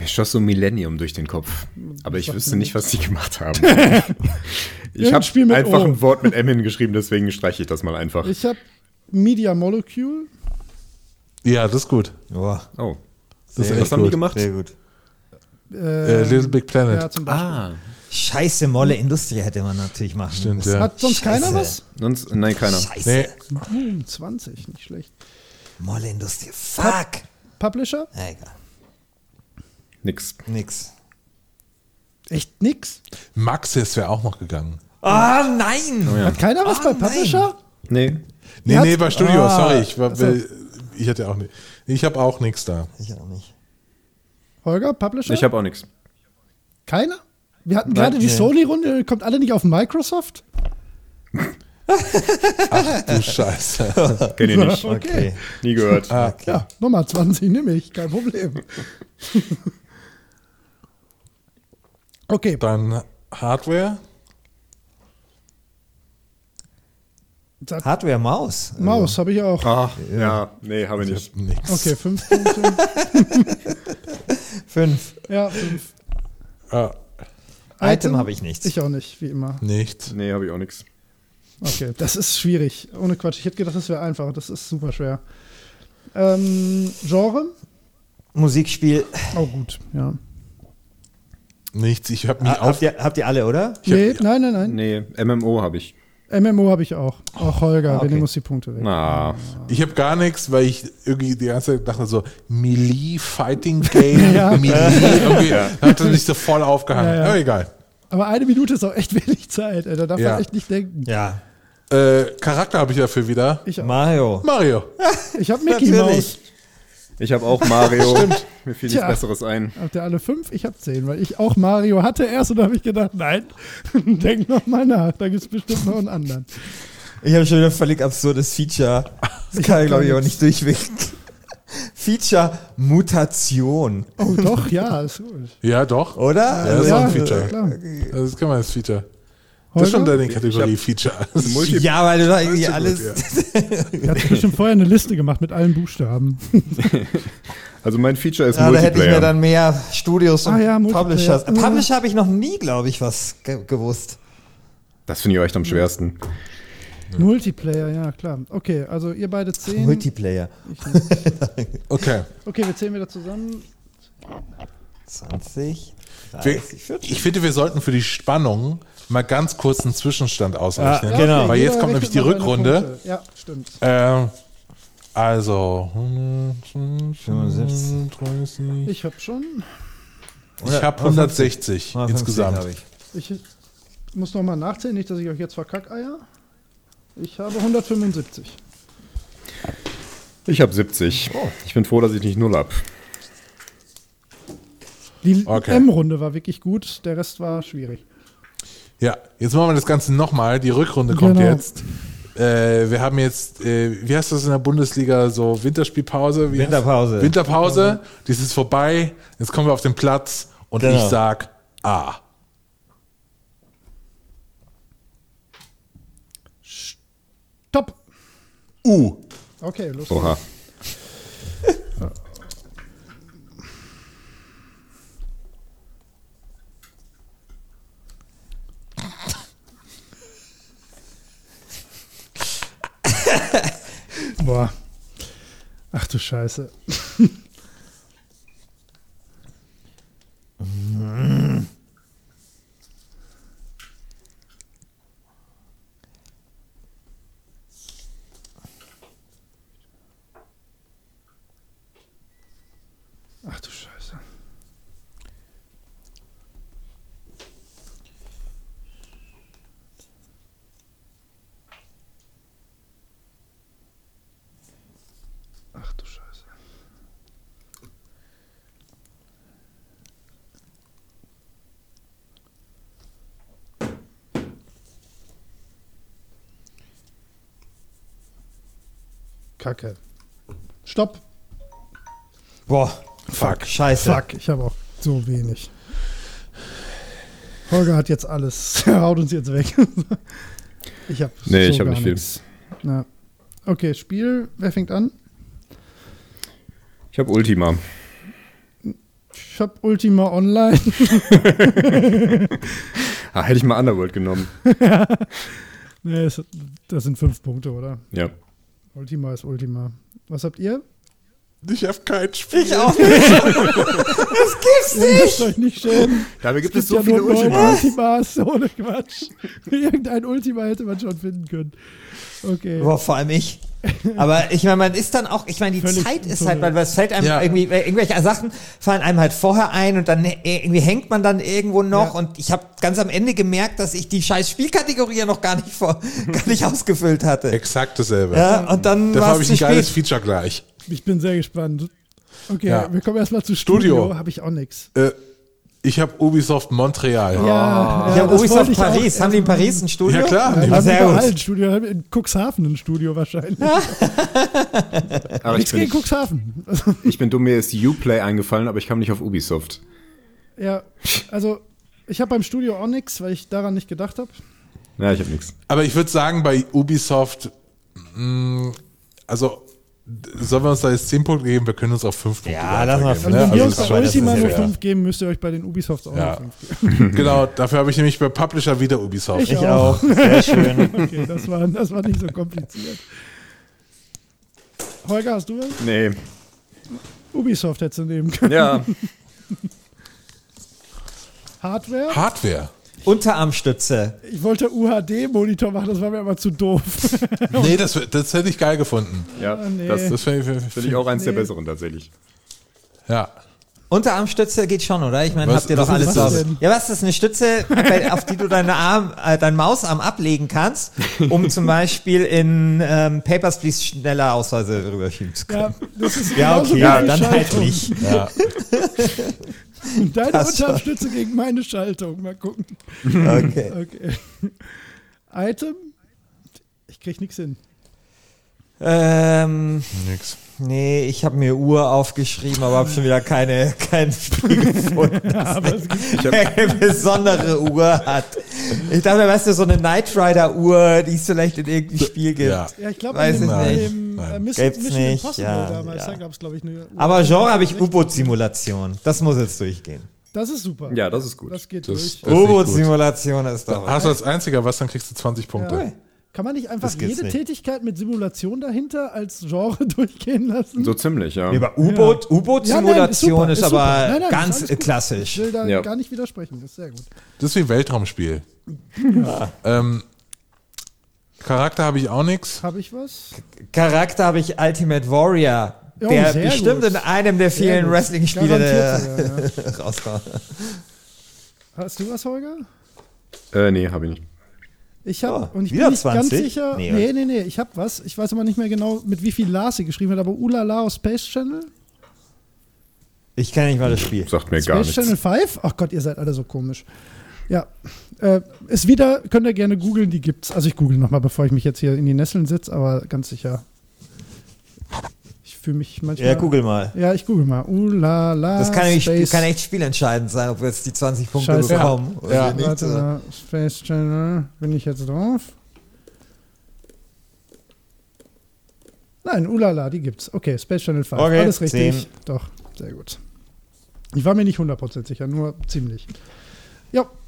Speaker 2: Mir schoss so Millennium durch den Kopf. Aber ich
Speaker 1: Sagt
Speaker 2: wüsste
Speaker 1: mir
Speaker 2: nicht, was die gemacht haben. ich
Speaker 1: Irgendein
Speaker 2: habe
Speaker 1: Spiel mit
Speaker 2: einfach
Speaker 1: O.
Speaker 2: ein Wort mit M hingeschrieben, deswegen streiche ich das mal einfach.
Speaker 1: Ich habe Media Molecule.
Speaker 3: Ja, das ist gut.
Speaker 4: Boah,
Speaker 2: oh.
Speaker 3: Das ist
Speaker 2: was
Speaker 3: echt
Speaker 2: haben die
Speaker 3: gut.
Speaker 2: gemacht?
Speaker 4: sehr gut.
Speaker 1: Äh,
Speaker 3: Äh, Little Big Planet.
Speaker 1: ja, zum Beispiel.
Speaker 2: Ah.
Speaker 4: Scheiße, Molle Industrie hätte man natürlich machen
Speaker 3: Stimmt,
Speaker 4: müssen.
Speaker 3: ja.
Speaker 1: Hat sonst
Speaker 4: Scheiße.
Speaker 1: keiner was?
Speaker 2: Sonst, nein, keiner.
Speaker 4: Scheiße.
Speaker 3: Nee,
Speaker 1: 20, nicht schlecht.
Speaker 4: Molle Industrie. Fuck.
Speaker 1: Publisher?
Speaker 4: Na, egal.
Speaker 2: Nix.
Speaker 4: Nix.
Speaker 1: Echt nix?
Speaker 3: Maxis wäre auch noch gegangen.
Speaker 4: Ah, nein!
Speaker 3: Oh
Speaker 1: Hat keiner was bei
Speaker 4: Ah, nein.
Speaker 1: Publisher?
Speaker 2: Nee.
Speaker 3: Nee,
Speaker 1: Ja,
Speaker 3: nee, bei Studio,
Speaker 1: ah,
Speaker 3: sorry. Ich, war,
Speaker 1: also-
Speaker 3: ich hatte auch nicht. Ich habe auch nichts da.
Speaker 4: Ich auch nicht.
Speaker 1: Holger, Publisher?
Speaker 2: Ich habe auch nix.
Speaker 1: keiner? Wir hatten gerade die
Speaker 4: nee.
Speaker 1: Sony-Runde, kommt alle nicht auf Microsoft?
Speaker 3: Du Scheiße.
Speaker 2: Kenn ich nicht.
Speaker 1: Okay.
Speaker 4: Okay.
Speaker 2: Nie gehört.
Speaker 1: Ja, Nummer 20 nehme ich, kein Problem. okay,
Speaker 3: Dann Hardware.
Speaker 1: sag-
Speaker 4: Hardware Maus.
Speaker 1: Maus habe ich auch.
Speaker 2: Ah, ja. Nee, habe ich
Speaker 3: Ich
Speaker 2: nicht.
Speaker 3: hab nix.
Speaker 1: Okay, 5 Punkte.
Speaker 4: Fünf.
Speaker 1: ja, 5.
Speaker 3: Ah,
Speaker 4: Item habe ich nichts.
Speaker 1: Ich auch nicht, wie immer.
Speaker 3: nichts.
Speaker 2: Nee, habe ich auch nix.
Speaker 1: Okay, das ist schwierig. Ohne Quatsch. Ich hätte gedacht, das wäre einfach. Das ist super schwer. Ähm, Genre?
Speaker 4: Musikspiel.
Speaker 1: Oh, gut, ja.
Speaker 3: Nichts. Ich habe mich
Speaker 4: Ha-
Speaker 3: auf.
Speaker 4: Ah, Habt ihr, habt ihr alle, oder?
Speaker 1: Nee, nein, nein,
Speaker 2: Nee, MMO habe ich.
Speaker 1: nein. MMO habe ich auch. Auch Holger,
Speaker 4: Ah,
Speaker 1: wir
Speaker 4: okay.
Speaker 1: nehmen uns die Punkte weg.
Speaker 2: Ah.
Speaker 3: Ich habe gar nichts, weil ich irgendwie die ganze Zeit dachte so, Melee Fighting Game,
Speaker 1: Ja.
Speaker 3: Melee, irgendwie, da hat er sich so voll aufgehangen.
Speaker 1: Ja,
Speaker 3: Ja,
Speaker 1: ja.
Speaker 3: egal.
Speaker 1: Aber eine Minute ist auch echt wenig Zeit. Ey. Da darf
Speaker 3: Ja.
Speaker 1: man echt nicht denken.
Speaker 4: Ja.
Speaker 3: Äh, Charakter habe ich dafür wieder.
Speaker 1: Ich,
Speaker 4: Mario.
Speaker 3: Mario.
Speaker 1: ich habe Mickey Mouse.
Speaker 2: Ich habe auch Mario. Stimmt. Mir fiel
Speaker 1: Tja.
Speaker 2: nichts Besseres ein.
Speaker 1: Habt ihr alle fünf? Ich habe zehn, weil ich auch Mario hatte erst und habe ich gedacht, nein, denk noch mal nach. Da gibt es bestimmt noch einen anderen.
Speaker 4: Ich habe schon wieder ein völlig absurdes Feature. Das kann ich, glaube ich, auch nicht durchwinken. Feature Mutation,
Speaker 1: Oh, doch, ja, ist gut.
Speaker 3: Ja, doch. das
Speaker 4: oder?
Speaker 3: ist
Speaker 4: Also-
Speaker 3: auch ein Feature.
Speaker 1: klar.
Speaker 3: Das kann man als Feature.
Speaker 1: Holger?
Speaker 3: Das ist schon deine
Speaker 2: Ich
Speaker 3: Kategorie
Speaker 2: hab-
Speaker 3: Feature.
Speaker 2: Multi
Speaker 4: ja, weil du da irgendwie
Speaker 3: Ja,
Speaker 4: alles.
Speaker 3: gut,
Speaker 1: Er hat bestimmt vorher eine Liste gemacht mit allen Buchstaben.
Speaker 2: also mein Feature ist
Speaker 4: Ja, da hätte ich mir
Speaker 2: Multiplayer.
Speaker 4: dann mehr Studios und
Speaker 1: Ah ja, Multiplayer.
Speaker 4: Publishers. Äh, Publisher habe ich noch nie, glaube ich, was ge gewusst.
Speaker 2: das finde ich echt am schwersten.
Speaker 1: Multiplayer, ja, klar. Okay, also ihr beide zehn.
Speaker 4: Multiplayer.
Speaker 3: Okay.
Speaker 1: okay, wir zählen wieder zusammen.
Speaker 4: 20,
Speaker 3: Wir,
Speaker 4: 30, 40.
Speaker 3: ich finde, wir sollten für die Spannung mal ganz kurz einen Zwischenstand ausrechnen.
Speaker 4: Ja, genau.
Speaker 3: Weil jetzt
Speaker 1: jeder
Speaker 3: kommt nämlich
Speaker 1: rechnet
Speaker 3: die
Speaker 1: mal seine
Speaker 3: Rückrunde.
Speaker 1: Punkte. Ja, stimmt.
Speaker 3: Ähm, also.
Speaker 4: 65.
Speaker 3: Ich,
Speaker 1: Ich hab schon.
Speaker 3: habe 160
Speaker 4: Ah, 50
Speaker 3: insgesamt.
Speaker 4: habe ich.
Speaker 1: Ich muss nochmal nachzählen, nicht, dass ich euch jetzt verkackeier. Ich habe 175.
Speaker 2: Ich habe 70. Ich bin froh, dass ich nicht null hab.
Speaker 1: Die
Speaker 3: Okay.
Speaker 1: M-Runde war wirklich gut, der Rest war schwierig.
Speaker 3: Ja, jetzt machen wir das Ganze nochmal. Die Rückrunde kommt
Speaker 1: Genau.
Speaker 3: jetzt. Äh, wir haben jetzt, äh, wie heißt das in der Bundesliga, so Winterspielpause? Wie heißt-
Speaker 4: Winterpause.
Speaker 3: Winterpause, das ist vorbei. Jetzt kommen wir auf den Platz und
Speaker 4: Genau.
Speaker 3: ich sag A.
Speaker 1: Top.
Speaker 3: U.
Speaker 1: Okay, los.
Speaker 2: Oha.
Speaker 1: Boah. Ach du Scheiße. Ach du Scheiße. Ach du Scheiße. Kacke. Stopp.
Speaker 4: Boah.
Speaker 3: Fuck.
Speaker 4: Scheiße.
Speaker 1: Fuck, ich habe auch so wenig. Holger hat jetzt alles. Er haut uns jetzt weg. ich habe
Speaker 2: Nee,
Speaker 1: so
Speaker 2: ich habe
Speaker 1: gar
Speaker 2: nicht viel.
Speaker 1: nichts. Na. Okay, Spiel. Wer fängt an?
Speaker 2: Ich habe Ultima.
Speaker 1: Ich habe Ultima Online.
Speaker 2: Ah, hätte ich mal Underworld genommen.
Speaker 1: nee, es- das sind fünf Punkte, oder?
Speaker 2: Ja.
Speaker 1: Ultima ist Ultima. Was habt ihr?
Speaker 3: Ich hab kein Spiel.
Speaker 4: Ich auch nicht.
Speaker 1: Ihr müsst euch nicht schämen.
Speaker 2: Dabei gibt
Speaker 1: ja nur neun Ultimas. Ohne Quatsch. Irgendein Ultima hätte man schon finden können. Okay.
Speaker 4: Boah, vor allem ich. Aber ich meine, man ist dann auch, ich meine, die
Speaker 1: Völlig
Speaker 4: Zeit ist
Speaker 1: irre.
Speaker 4: halt, weil was fällt einem
Speaker 3: Ja.
Speaker 4: irgendwie, weil irgendwelche Sachen fallen einem halt vorher ein und dann äh, irgendwie hängt man dann irgendwo noch
Speaker 1: Ja.
Speaker 4: und ich habe ganz am Ende gemerkt, dass ich die scheiß Spielkategorie ja noch gar nicht vor, gar nicht ausgefüllt hatte.
Speaker 3: Exakt dasselbe.
Speaker 4: Ja, und dann
Speaker 3: Dafür
Speaker 4: war
Speaker 3: habe
Speaker 4: es
Speaker 3: ich
Speaker 4: zu
Speaker 3: ein geiles
Speaker 4: spät.
Speaker 3: Feature gleich.
Speaker 1: Ich bin sehr gespannt. Okay,
Speaker 3: Ja.
Speaker 1: wir kommen erstmal zu
Speaker 3: Studio.
Speaker 1: Studio. Habe ich auch nichts.
Speaker 3: Äh, ich habe Ubisoft Montreal.
Speaker 1: Ja,
Speaker 4: Ich
Speaker 1: ja,
Speaker 4: habe
Speaker 1: das
Speaker 4: Ubisoft
Speaker 1: wollte ich auch
Speaker 4: Paris. Haben die in Paris ein Studio?
Speaker 3: Ja, klar.
Speaker 1: Ja,
Speaker 3: Die
Speaker 1: ja,
Speaker 4: sehr
Speaker 1: sehr
Speaker 4: gut.
Speaker 1: Ein Studio, in Cuxhaven ein Studio wahrscheinlich.
Speaker 2: Aber ich
Speaker 1: Nichts
Speaker 2: bin,
Speaker 1: gegen Cuxhaven.
Speaker 2: ich bin dumm, mir ist Uplay eingefallen, aber ich kam nicht auf Ubisoft.
Speaker 1: ja, also ich habe beim Studio auch nichts, weil ich daran nicht gedacht habe.
Speaker 2: Ja, ich habe nichts.
Speaker 3: Aber ich würde sagen, bei Ubisoft, mh, also d- sollen wir uns da jetzt 10 Punkte geben? Wir können uns auch 5 Punkte
Speaker 4: Ja, lass mal
Speaker 1: Also
Speaker 3: geben,
Speaker 1: wenn
Speaker 3: ne?
Speaker 1: wir
Speaker 3: Also
Speaker 1: uns
Speaker 3: das
Speaker 1: bei
Speaker 3: ist-
Speaker 1: Ultima
Speaker 3: das ist
Speaker 1: nur
Speaker 3: ja fair.
Speaker 1: 5 geben, müsst ihr euch bei den Ubisofts auch
Speaker 3: Ja.
Speaker 1: noch 5 geben.
Speaker 3: Genau, dafür habe ich nämlich bei Publisher wieder Ubisoft.
Speaker 1: Ich
Speaker 4: Ich auch. Sehr schön.
Speaker 1: Okay, das war, das war nicht so kompliziert. Holger, hast du was?
Speaker 2: Nee.
Speaker 1: Ubisoft hättest du nehmen können.
Speaker 2: Ja.
Speaker 1: Hardware?
Speaker 3: Hardware.
Speaker 4: Unterarmstütze.
Speaker 1: Ich wollte UHD-Monitor machen, das war mir aber zu doof.
Speaker 3: Nee, das, wär- das hätte ich geil gefunden.
Speaker 2: ja.
Speaker 1: Ah, nee.
Speaker 2: Das, das
Speaker 3: Das finde
Speaker 2: finde ich auch eins der
Speaker 1: Nee.
Speaker 2: besseren tatsächlich.
Speaker 3: Ja.
Speaker 4: Unterarmstütze geht schon, oder? Ich meine,
Speaker 3: Was-
Speaker 4: habt ihr doch
Speaker 3: was
Speaker 4: alles
Speaker 1: ist
Speaker 4: zu
Speaker 1: das
Speaker 4: Hause.
Speaker 1: denn?
Speaker 4: Ja, was ist eine Stütze, bei- auf die du deine Arm, äh, deinen Mausarm ablegen kannst, um zum Beispiel in ähm, Papers, Please schneller Ausweise rüberschieben zu können?
Speaker 1: Ja, genau das ist
Speaker 4: Ja,
Speaker 1: genauso
Speaker 4: okay,
Speaker 1: wie
Speaker 4: ja,
Speaker 1: die
Speaker 4: dann halt
Speaker 1: Schaltung.
Speaker 4: nicht.
Speaker 3: ja.
Speaker 1: Und deine
Speaker 4: Passt schon.
Speaker 1: Unterstütze gegen meine Schaltung. Mal gucken.
Speaker 4: Okay.
Speaker 1: Okay. Item? Ich krieg nichts hin.
Speaker 4: Ähm,
Speaker 3: Nix.
Speaker 4: nee, ich habe mir Uhr aufgeschrieben, aber habe schon wieder keine, kein Spiel gefunden, das eine besondere Uhr hat. Ich dachte, weißt du, so eine Knight Rider Uhr, die es vielleicht in irgendeinem Spiel gibt.
Speaker 3: Ja.
Speaker 1: Ja, ich glaube,
Speaker 4: Weiß
Speaker 1: in dem,
Speaker 4: ich
Speaker 3: nicht.
Speaker 1: dem
Speaker 3: Nein.
Speaker 1: äh, Miss-
Speaker 4: Gibt's
Speaker 1: Mission
Speaker 4: nicht,
Speaker 1: Impossible
Speaker 4: ja,
Speaker 1: damals,
Speaker 4: ja.
Speaker 1: da gab es, glaube ich, eine.
Speaker 4: Aber Genre habe ich U-Boot-Simulation. Das muss jetzt durchgehen.
Speaker 1: Das ist super.
Speaker 2: Ja, das ist gut.
Speaker 1: Das geht
Speaker 3: Das-
Speaker 1: durch.
Speaker 3: das- ist nicht gut.
Speaker 4: U-Boot-Simulation ist doch.
Speaker 3: Hast du als einziger was, dann kriegst du 20 Punkte.
Speaker 1: Ja. Kann man nicht einfach
Speaker 4: Das geht's
Speaker 1: jede
Speaker 4: nicht.
Speaker 1: Tätigkeit mit Simulation dahinter als Genre durchgehen lassen?
Speaker 2: So ziemlich, ja.
Speaker 4: Über U-Boot, U-Boot-Simulation
Speaker 1: Ja, nein,
Speaker 4: ist,
Speaker 1: ist super, ist
Speaker 4: aber
Speaker 1: super. Nein, nein,
Speaker 4: ganz
Speaker 1: ist alles gut. Ich
Speaker 4: klassisch.
Speaker 1: will da
Speaker 2: Ja.
Speaker 1: gar nicht widersprechen, das ist sehr gut.
Speaker 3: Das ist wie ein Weltraumspiel. Ähm, Charakter habe ich auch nichts.
Speaker 1: Habe ich was?
Speaker 4: Charakter habe ich Ultimate Warrior,
Speaker 1: Ja,
Speaker 4: der
Speaker 1: sehr
Speaker 4: bestimmt
Speaker 1: gut.
Speaker 4: in einem der
Speaker 1: Sehr
Speaker 4: vielen
Speaker 1: gut.
Speaker 4: Wrestling-Spiele
Speaker 1: Garantiert sogar, ja.
Speaker 4: rauskommt.
Speaker 1: Hast du was, Holger?
Speaker 2: Äh, nee, habe ich nicht.
Speaker 1: Ich habe
Speaker 4: Oh,
Speaker 1: und ich
Speaker 4: wieder
Speaker 1: bin nicht
Speaker 4: 20?
Speaker 1: ganz sicher.
Speaker 4: Nee,
Speaker 1: Nee,
Speaker 4: oder?
Speaker 1: nee, nee, ich habe was. Ich weiß aber nicht mehr genau, mit wie viel Lars sie geschrieben hat, aber Ulala aus Space Channel?
Speaker 4: Ich kenne nicht mal das Spiel.
Speaker 2: Sagt mir gar
Speaker 1: Space
Speaker 2: nichts.
Speaker 1: Channel 5? Ach Gott, ihr seid alle so komisch. Ja. Äh, ist wieder, könnt ihr gerne googeln, die gibt's. Also ich google nochmal, bevor ich mich jetzt hier in die Nesseln setze, aber ganz sicher. Ich fühle mich manchmal.
Speaker 4: Ja, google mal.
Speaker 1: Ja, ich google mal. Ulala.
Speaker 4: Das kann, nämlich,
Speaker 1: Space
Speaker 4: kann echt spielentscheidend sein, ob wir jetzt die 20 Punkte
Speaker 1: Scheiße.
Speaker 4: bekommen. oder
Speaker 3: Ja.
Speaker 4: nicht.
Speaker 1: Warte mal, Space Channel, bin ich jetzt drauf? Nein, Ulala, die gibt's. Okay, Space Channel 5,
Speaker 4: Okay,
Speaker 1: alles richtig.
Speaker 4: zehn.
Speaker 1: Doch, sehr gut. Ich war mir nicht 100% sicher, nur ziemlich.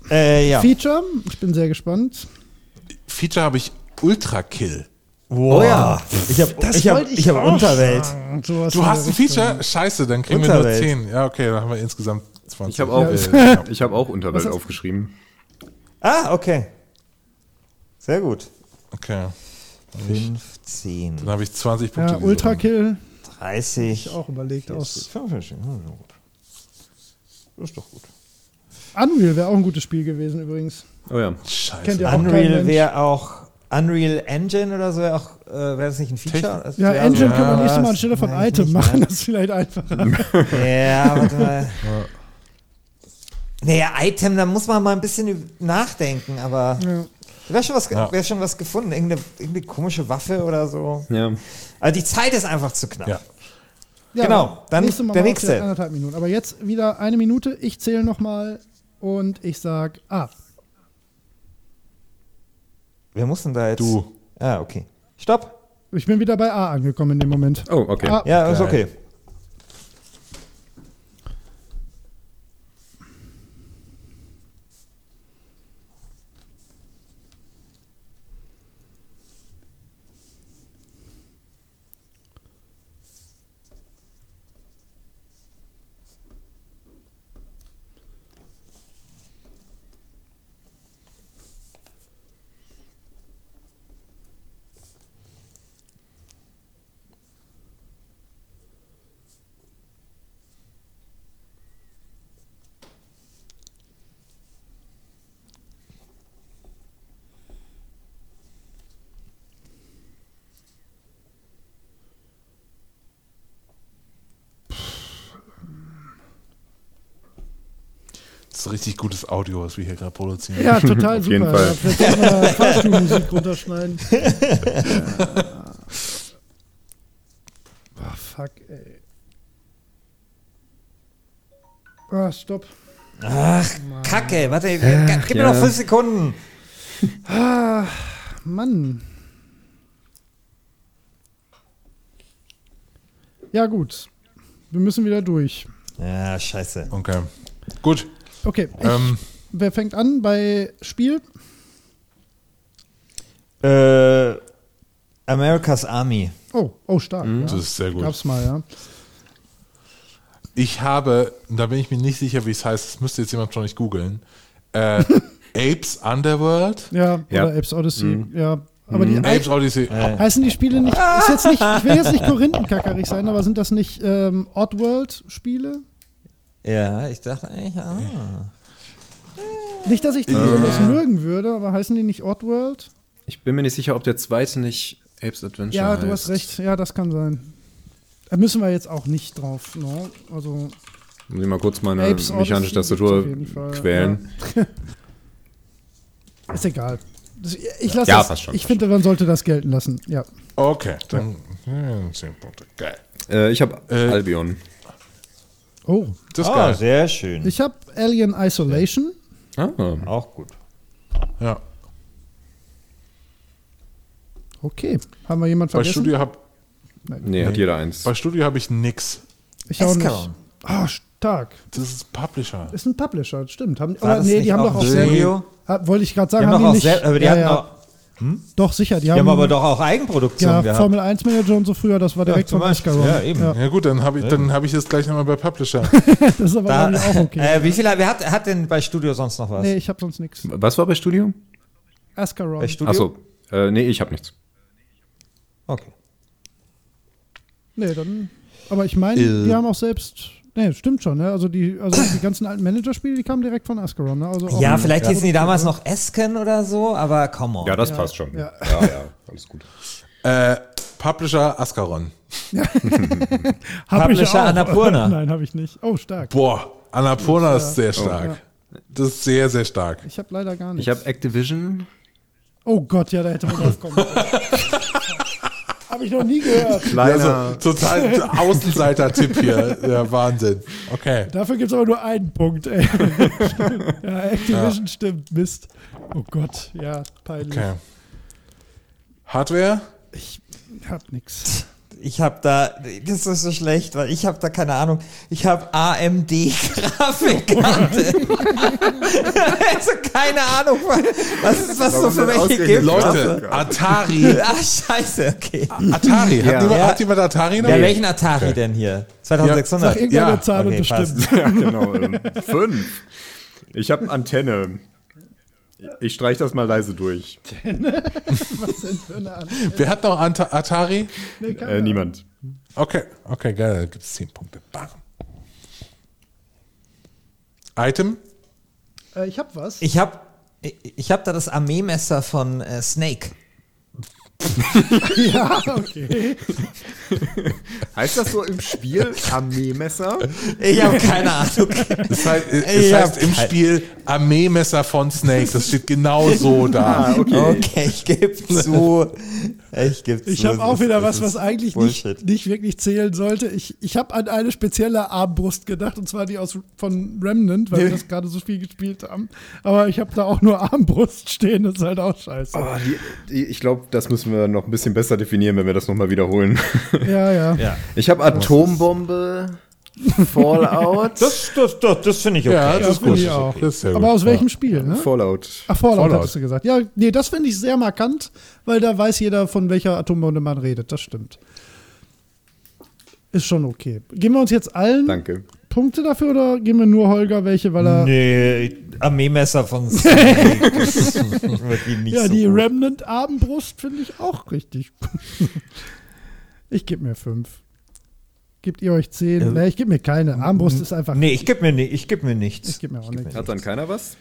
Speaker 4: Äh, ja.
Speaker 1: Feature, ich bin sehr gespannt.
Speaker 3: Feature habe ich Ultra Kill.
Speaker 4: Oh ja. Ich habe ich hab, ich hab Unterwelt.
Speaker 3: Du hast ein Feature? Scheiße, dann kriegen
Speaker 4: Unterwelt.
Speaker 3: wir nur 10. Ja, okay, dann haben wir insgesamt 20.
Speaker 2: Ich habe auch,
Speaker 1: Ja.
Speaker 2: äh, ich hab- ich hab auch Unterwelt
Speaker 1: Was hast-
Speaker 2: aufgeschrieben.
Speaker 4: Ah, okay. Sehr gut.
Speaker 3: Okay,
Speaker 4: 5, 10,
Speaker 3: dann habe ich 20 Punkte.
Speaker 1: Ja,
Speaker 3: diese
Speaker 1: Ultra
Speaker 3: Runde.
Speaker 1: Kill,
Speaker 4: 30.
Speaker 1: auch überlegt aus.
Speaker 4: 55. Hm, na gut. Das ist doch gut.
Speaker 1: Unreal wäre auch ein gutes Spiel gewesen übrigens.
Speaker 2: Oh ja.
Speaker 1: Kennt ihr
Speaker 3: Scheiße.
Speaker 1: auch kein
Speaker 4: Unreal
Speaker 1: Mensch.
Speaker 4: wäre auch. Unreal Engine oder so, wäre auch, äh, wäre das nicht ein Feature? Das
Speaker 1: Ja,
Speaker 4: wär
Speaker 1: Engine
Speaker 4: so-
Speaker 1: kann man
Speaker 4: Ja,
Speaker 1: nächstes Mal
Speaker 4: das
Speaker 1: anstelle von
Speaker 4: weiß ich
Speaker 1: Item
Speaker 4: nicht,
Speaker 1: machen,
Speaker 4: ne?
Speaker 1: das ist vielleicht einfacher.
Speaker 4: Ja, warte mal. Naja, Item, da muss man mal ein bisschen üb- nachdenken, aber da wäre schon, was ge-
Speaker 3: Ja.
Speaker 4: wär schon was gefunden. Irgendeine, irgendeine komische Waffe oder so.
Speaker 2: ja.
Speaker 4: Also die Zeit ist einfach zu knapp.
Speaker 3: Ja.
Speaker 1: Ja,
Speaker 4: Genau,
Speaker 1: aber
Speaker 4: dann
Speaker 1: nächstes Mal
Speaker 4: der
Speaker 1: machen wir
Speaker 4: nächste.
Speaker 1: vielleicht Anderthalb Minuten. Aber jetzt wieder eine Minute. Ich zähle nochmal und ich sag ab.
Speaker 4: Wer muss denn da jetzt?
Speaker 3: Du.
Speaker 4: Ah, okay. Stopp.
Speaker 1: Ich bin wieder bei A angekommen in dem Moment.
Speaker 2: Oh, okay.
Speaker 1: A.
Speaker 4: Ja, ist
Speaker 3: Geil.
Speaker 4: okay.
Speaker 3: Das ist richtig gutes Audio, was wir hier gerade produzieren.
Speaker 1: Ja, total
Speaker 2: Auf
Speaker 1: super.
Speaker 2: jeden Fall.
Speaker 1: Ja, vielleicht können wir da Fahrstuhlmusik runterschneiden. Ah, fuck, ey. Ah, stopp.
Speaker 4: Kacke, warte, gib mir
Speaker 2: ja.
Speaker 4: noch fünf Sekunden.
Speaker 1: Ah, Mann. Ja, gut. Wir müssen wieder durch.
Speaker 4: Ja, scheiße.
Speaker 3: Okay. Gut.
Speaker 1: Okay, ich,
Speaker 3: Ähm,
Speaker 1: wer fängt an bei Spiel?
Speaker 4: Äh, America's Army.
Speaker 1: Oh, oh, stark. ja.
Speaker 3: Mhm, das ist sehr gut.
Speaker 1: Gab's mal, ja.
Speaker 3: Ich habe, da bin ich mir nicht sicher, wie es heißt, das müsste jetzt jemand schon nicht googeln. Äh, Apes Underworld?
Speaker 1: Ja,
Speaker 2: Ja.
Speaker 1: oder Apes Odyssey,
Speaker 3: Mhm.
Speaker 1: ja. Aber die
Speaker 3: Apes Odyssey.
Speaker 1: heißen die Spiele nicht, ist jetzt nicht, ich will jetzt nicht korinthenkackerig sein, aber sind das nicht ähm, Oddworld-Spiele?
Speaker 4: Ja, ich dachte eigentlich, ah.
Speaker 1: Nicht, dass
Speaker 3: Äh.
Speaker 1: ich die besonders mögen würde, aber heißen die nicht Oddworld?
Speaker 2: Ich bin mir nicht sicher, ob der zweite nicht Apes Adventure
Speaker 1: Ja,
Speaker 2: heißt.
Speaker 1: du hast recht, ja, das kann sein. Da müssen wir jetzt auch nicht drauf, ne? Also,
Speaker 2: Muss ich mal kurz meine
Speaker 1: Apes Odyssey
Speaker 2: mechanische
Speaker 1: gibt's
Speaker 2: Tastatur
Speaker 1: auf jeden Fall,
Speaker 2: quälen.
Speaker 1: ist egal. Das- Ich lasse
Speaker 2: Ja,
Speaker 1: das,
Speaker 2: passt schon,
Speaker 1: ich
Speaker 2: passt
Speaker 1: finde, man sollte das gelten lassen, ja.
Speaker 3: Okay, dann ja, 10 Punkte. Geil.
Speaker 2: Äh, ich habe
Speaker 3: Äh,
Speaker 2: Albion.
Speaker 1: Oh,
Speaker 3: Das ist
Speaker 4: Ah,
Speaker 3: geil.
Speaker 4: sehr schön.
Speaker 1: ich habe Alien Isolation.
Speaker 2: Ah,
Speaker 4: Auch gut.
Speaker 3: Ja.
Speaker 1: Okay, haben wir jemanden
Speaker 3: Bei
Speaker 1: vergessen?
Speaker 3: Studio habe
Speaker 2: nee, hat jeder eins.
Speaker 3: bei Studio hab ich nix.
Speaker 1: ich auch nicht.
Speaker 4: Escaron.
Speaker 1: Ah, stark.
Speaker 3: Das ist Publisher.
Speaker 1: Ist ein Publisher, das stimmt. Haben,
Speaker 4: War
Speaker 1: aber
Speaker 4: das
Speaker 1: nee,
Speaker 4: nicht
Speaker 1: die haben
Speaker 4: auch
Speaker 1: doch auch
Speaker 4: ein
Speaker 1: selber.
Speaker 4: Studio?
Speaker 1: Ah, Wollte ich gerade
Speaker 4: Die
Speaker 1: sagen,
Speaker 4: haben,
Speaker 1: haben
Speaker 4: doch auch
Speaker 1: die nicht.
Speaker 4: selber, aber die
Speaker 1: ja,
Speaker 4: hatten
Speaker 1: ja.
Speaker 4: auch
Speaker 1: doch sicher, die
Speaker 4: Die
Speaker 1: haben,
Speaker 4: haben aber doch auch Eigenproduktion
Speaker 1: ja,
Speaker 4: gehabt.
Speaker 1: Formel 1 Manager und so früher, das war direkt
Speaker 4: zum
Speaker 1: von
Speaker 4: Beispiel.
Speaker 1: Escaron.
Speaker 4: Ja, eben.
Speaker 3: Ja gut, dann habe ich, dann hab ich das gleich nochmal bei Publisher.
Speaker 1: Das ist aber
Speaker 4: Da,
Speaker 1: eigentlich auch okay.
Speaker 4: äh, wie viel wer hat, hat denn bei Studio sonst noch was?
Speaker 1: nee, ich habe sonst nichts.
Speaker 2: Was war bei Studio?
Speaker 1: Escaron.
Speaker 4: Bei Studio?
Speaker 2: Achso, äh, nee, ich habe nichts.
Speaker 4: Okay.
Speaker 1: Nee, dann. Aber ich meine, die haben auch selbst Nee, stimmt schon. Ne? Also, die, also die ganzen alten Managerspiele, die kamen direkt von Ascaron. Ne? Also auch
Speaker 4: Ja,
Speaker 1: ein-
Speaker 4: vielleicht
Speaker 1: ja.
Speaker 4: hießen die damals noch Esken oder so, aber come on.
Speaker 2: Ja, das passt schon.
Speaker 1: ja.
Speaker 2: Ja. ja, alles gut.
Speaker 3: Äh, Publisher Ascaron.
Speaker 1: Hab ich
Speaker 4: Publisher
Speaker 1: auch.
Speaker 4: Annapurna.
Speaker 1: Nein, habe ich nicht. Oh, stark.
Speaker 3: Boah, Annapurna ist sehr stark.
Speaker 1: Ja.
Speaker 3: Das ist sehr, sehr stark.
Speaker 1: Ich habe leider gar nicht.
Speaker 2: Ich habe Activision.
Speaker 1: oh Gott, ja, da hätte man drauf kommen können. habe ich noch nie gehört.
Speaker 3: Also, total Außenseiter-Tipp hier. Ja, Wahnsinn. Okay.
Speaker 1: Dafür gibt es aber nur einen Punkt, ey. ja, Activision stimmt, Mist. Oh Gott, ja, peinlich.
Speaker 3: okay. Hardware?
Speaker 1: Ich hab nix.
Speaker 4: Ich habe da, das ist so schlecht, weil ich habe da keine Ahnung. Ich habe AMD Grafikkarte. also keine Ahnung, was ist was so
Speaker 2: Warum
Speaker 4: für
Speaker 2: denn
Speaker 4: welche
Speaker 2: ausgerechnet
Speaker 4: gibt.
Speaker 3: Leute,
Speaker 2: Ja.
Speaker 3: Atari.
Speaker 4: Ah scheiße, okay.
Speaker 3: Atari. Hat,
Speaker 2: Ja.
Speaker 3: Niemand,
Speaker 4: Ja.
Speaker 3: hat jemand Atari noch?
Speaker 4: Ja, welchen Atari denn hier?
Speaker 1: Sag
Speaker 4: 2600.
Speaker 1: irgendeine
Speaker 3: ja,
Speaker 1: Zahl
Speaker 4: okay,
Speaker 1: und das
Speaker 4: passt.
Speaker 1: stimmt.
Speaker 2: ja, genau. ähm, Fünf. Ich habe Antenne. Ich streiche das mal leise durch.
Speaker 1: Was denn für eine Art?
Speaker 3: Wer hat noch Anta Atari?
Speaker 1: Nee, keine
Speaker 2: Äh,
Speaker 1: Ahnung.
Speaker 2: niemand.
Speaker 3: Okay, okay, geil. Da gibt es 10 Punkte. Bam. Item?
Speaker 1: Äh, ich hab was.
Speaker 4: Ich habe ich habe da das Armeemesser von äh, Snake.
Speaker 1: ja, okay.
Speaker 2: Heißt das so im Spiel Armeemesser?
Speaker 4: Ich habe keine Ahnung.
Speaker 3: Das heißt, es
Speaker 4: Ich
Speaker 3: heißt
Speaker 4: hab
Speaker 3: im
Speaker 4: kein-
Speaker 3: Spiel Armeemesser von Snake. Das steht genau so da.
Speaker 4: Ah, Okay, ich gebe zu. Ich gebe zu.
Speaker 1: Ich habe auch
Speaker 4: Es
Speaker 1: wieder
Speaker 4: ist-
Speaker 1: was,
Speaker 4: es
Speaker 1: was
Speaker 4: ist
Speaker 1: eigentlich nicht,
Speaker 4: Bullshit.
Speaker 1: nicht wirklich zählen sollte. Ich, ich habe an eine spezielle Armbrust gedacht, und zwar die aus von Remnant, weil wir das gerade so viel gespielt haben. Aber ich habe da auch nur Armbrust stehen, das ist halt auch scheiße.
Speaker 2: Ah, die, die, ich glaube, das müssen wir noch ein bisschen besser definieren, wenn wir das nochmal wiederholen.
Speaker 1: Ja, ja. ja.
Speaker 2: Ich habe Atombombe, Fallout.
Speaker 4: Das, das, das, das finde ich okay.
Speaker 3: Ja, das ist
Speaker 1: finde
Speaker 3: gut.
Speaker 1: ich auch.
Speaker 3: Das ist sehr
Speaker 1: Aber
Speaker 3: gut.
Speaker 1: aus welchem Spiel, ne?
Speaker 2: Fallout.
Speaker 1: Ach, Fallout,
Speaker 3: Fallout.
Speaker 1: hattest du gesagt. Ja, nee, das finde ich sehr markant, weil da weiß jeder, von welcher Atombombe man redet. Das stimmt. Ist schon okay. Geben wir uns jetzt allen
Speaker 2: Danke.
Speaker 1: Punkte dafür oder geben wir nur Holger welche, weil er.
Speaker 4: Nee, Armeemesser von Snake. das wird ihm nicht
Speaker 1: ja,
Speaker 4: so
Speaker 1: die
Speaker 4: gut.
Speaker 1: Remnant-Abendbrust finde ich auch richtig. ich gebe mir fünf. Gebt ihr euch zehn?
Speaker 4: Ja. Mhm.
Speaker 1: Nee, ich gebe mir keine. Armbrust ist einfach.
Speaker 4: Nee, ich gebe mir, ni- ich geb mir nichts.
Speaker 1: ich gebe mir auch
Speaker 4: geb mir
Speaker 1: nichts.
Speaker 2: Hat dann keiner was?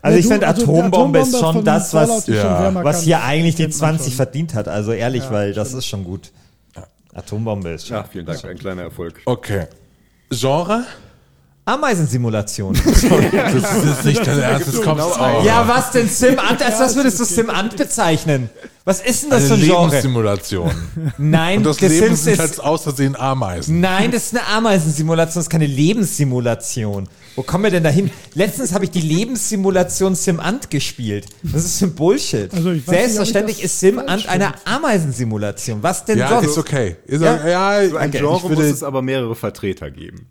Speaker 4: Also ich
Speaker 1: Ja, du,
Speaker 4: finde
Speaker 1: also die
Speaker 4: Atombombe ist
Speaker 1: Atombombe
Speaker 4: schon
Speaker 1: von
Speaker 4: das,
Speaker 1: Fallout
Speaker 4: was,
Speaker 1: ist schon
Speaker 3: Ja.
Speaker 1: sehr markant.
Speaker 4: was hier eigentlich die
Speaker 1: Kennt man
Speaker 4: 20
Speaker 1: schon.
Speaker 4: verdient hat. Also ehrlich,
Speaker 1: Ja,
Speaker 4: weil das ist schon gut. Atombombe ist schon.
Speaker 2: Ja, vielen Dank. Ein kleiner Erfolg.
Speaker 3: Okay. Genre?
Speaker 4: Ameisensimulation.
Speaker 3: Das ist jetzt nicht dein Ernst. Das kommt auch.
Speaker 4: genau. ja, was denn Sim Ant? Als was würdest du Sim Ant bezeichnen? Was Also ist denn das
Speaker 3: Eine
Speaker 4: für ein Genre?
Speaker 3: Lebenssimulation.
Speaker 4: Nein,
Speaker 3: Und das
Speaker 4: The
Speaker 3: Leben
Speaker 4: Sims
Speaker 3: sind
Speaker 4: ist
Speaker 3: halt aus Versehen Ameisen.
Speaker 4: Nein, das ist eine Ameisensimulation, das ist keine Lebenssimulation. Wo kommen wir denn da hin? Letztens habe ich die Lebenssimulation SimAnt gespielt. Das ist für ein Bullshit.
Speaker 1: Also ich weiß nicht, ob ich
Speaker 4: Selbstverständlich
Speaker 1: das
Speaker 4: ist SimAnt
Speaker 1: falsch
Speaker 4: eine Ameisensimulation. Was denn
Speaker 3: Ja,
Speaker 4: sonst?
Speaker 3: ist okay. Ist
Speaker 4: Ja.
Speaker 3: ja, ja,
Speaker 2: Ein
Speaker 3: okay.
Speaker 2: Genre
Speaker 3: ich
Speaker 2: muss
Speaker 3: würde,
Speaker 2: es aber mehrere Vertreter geben.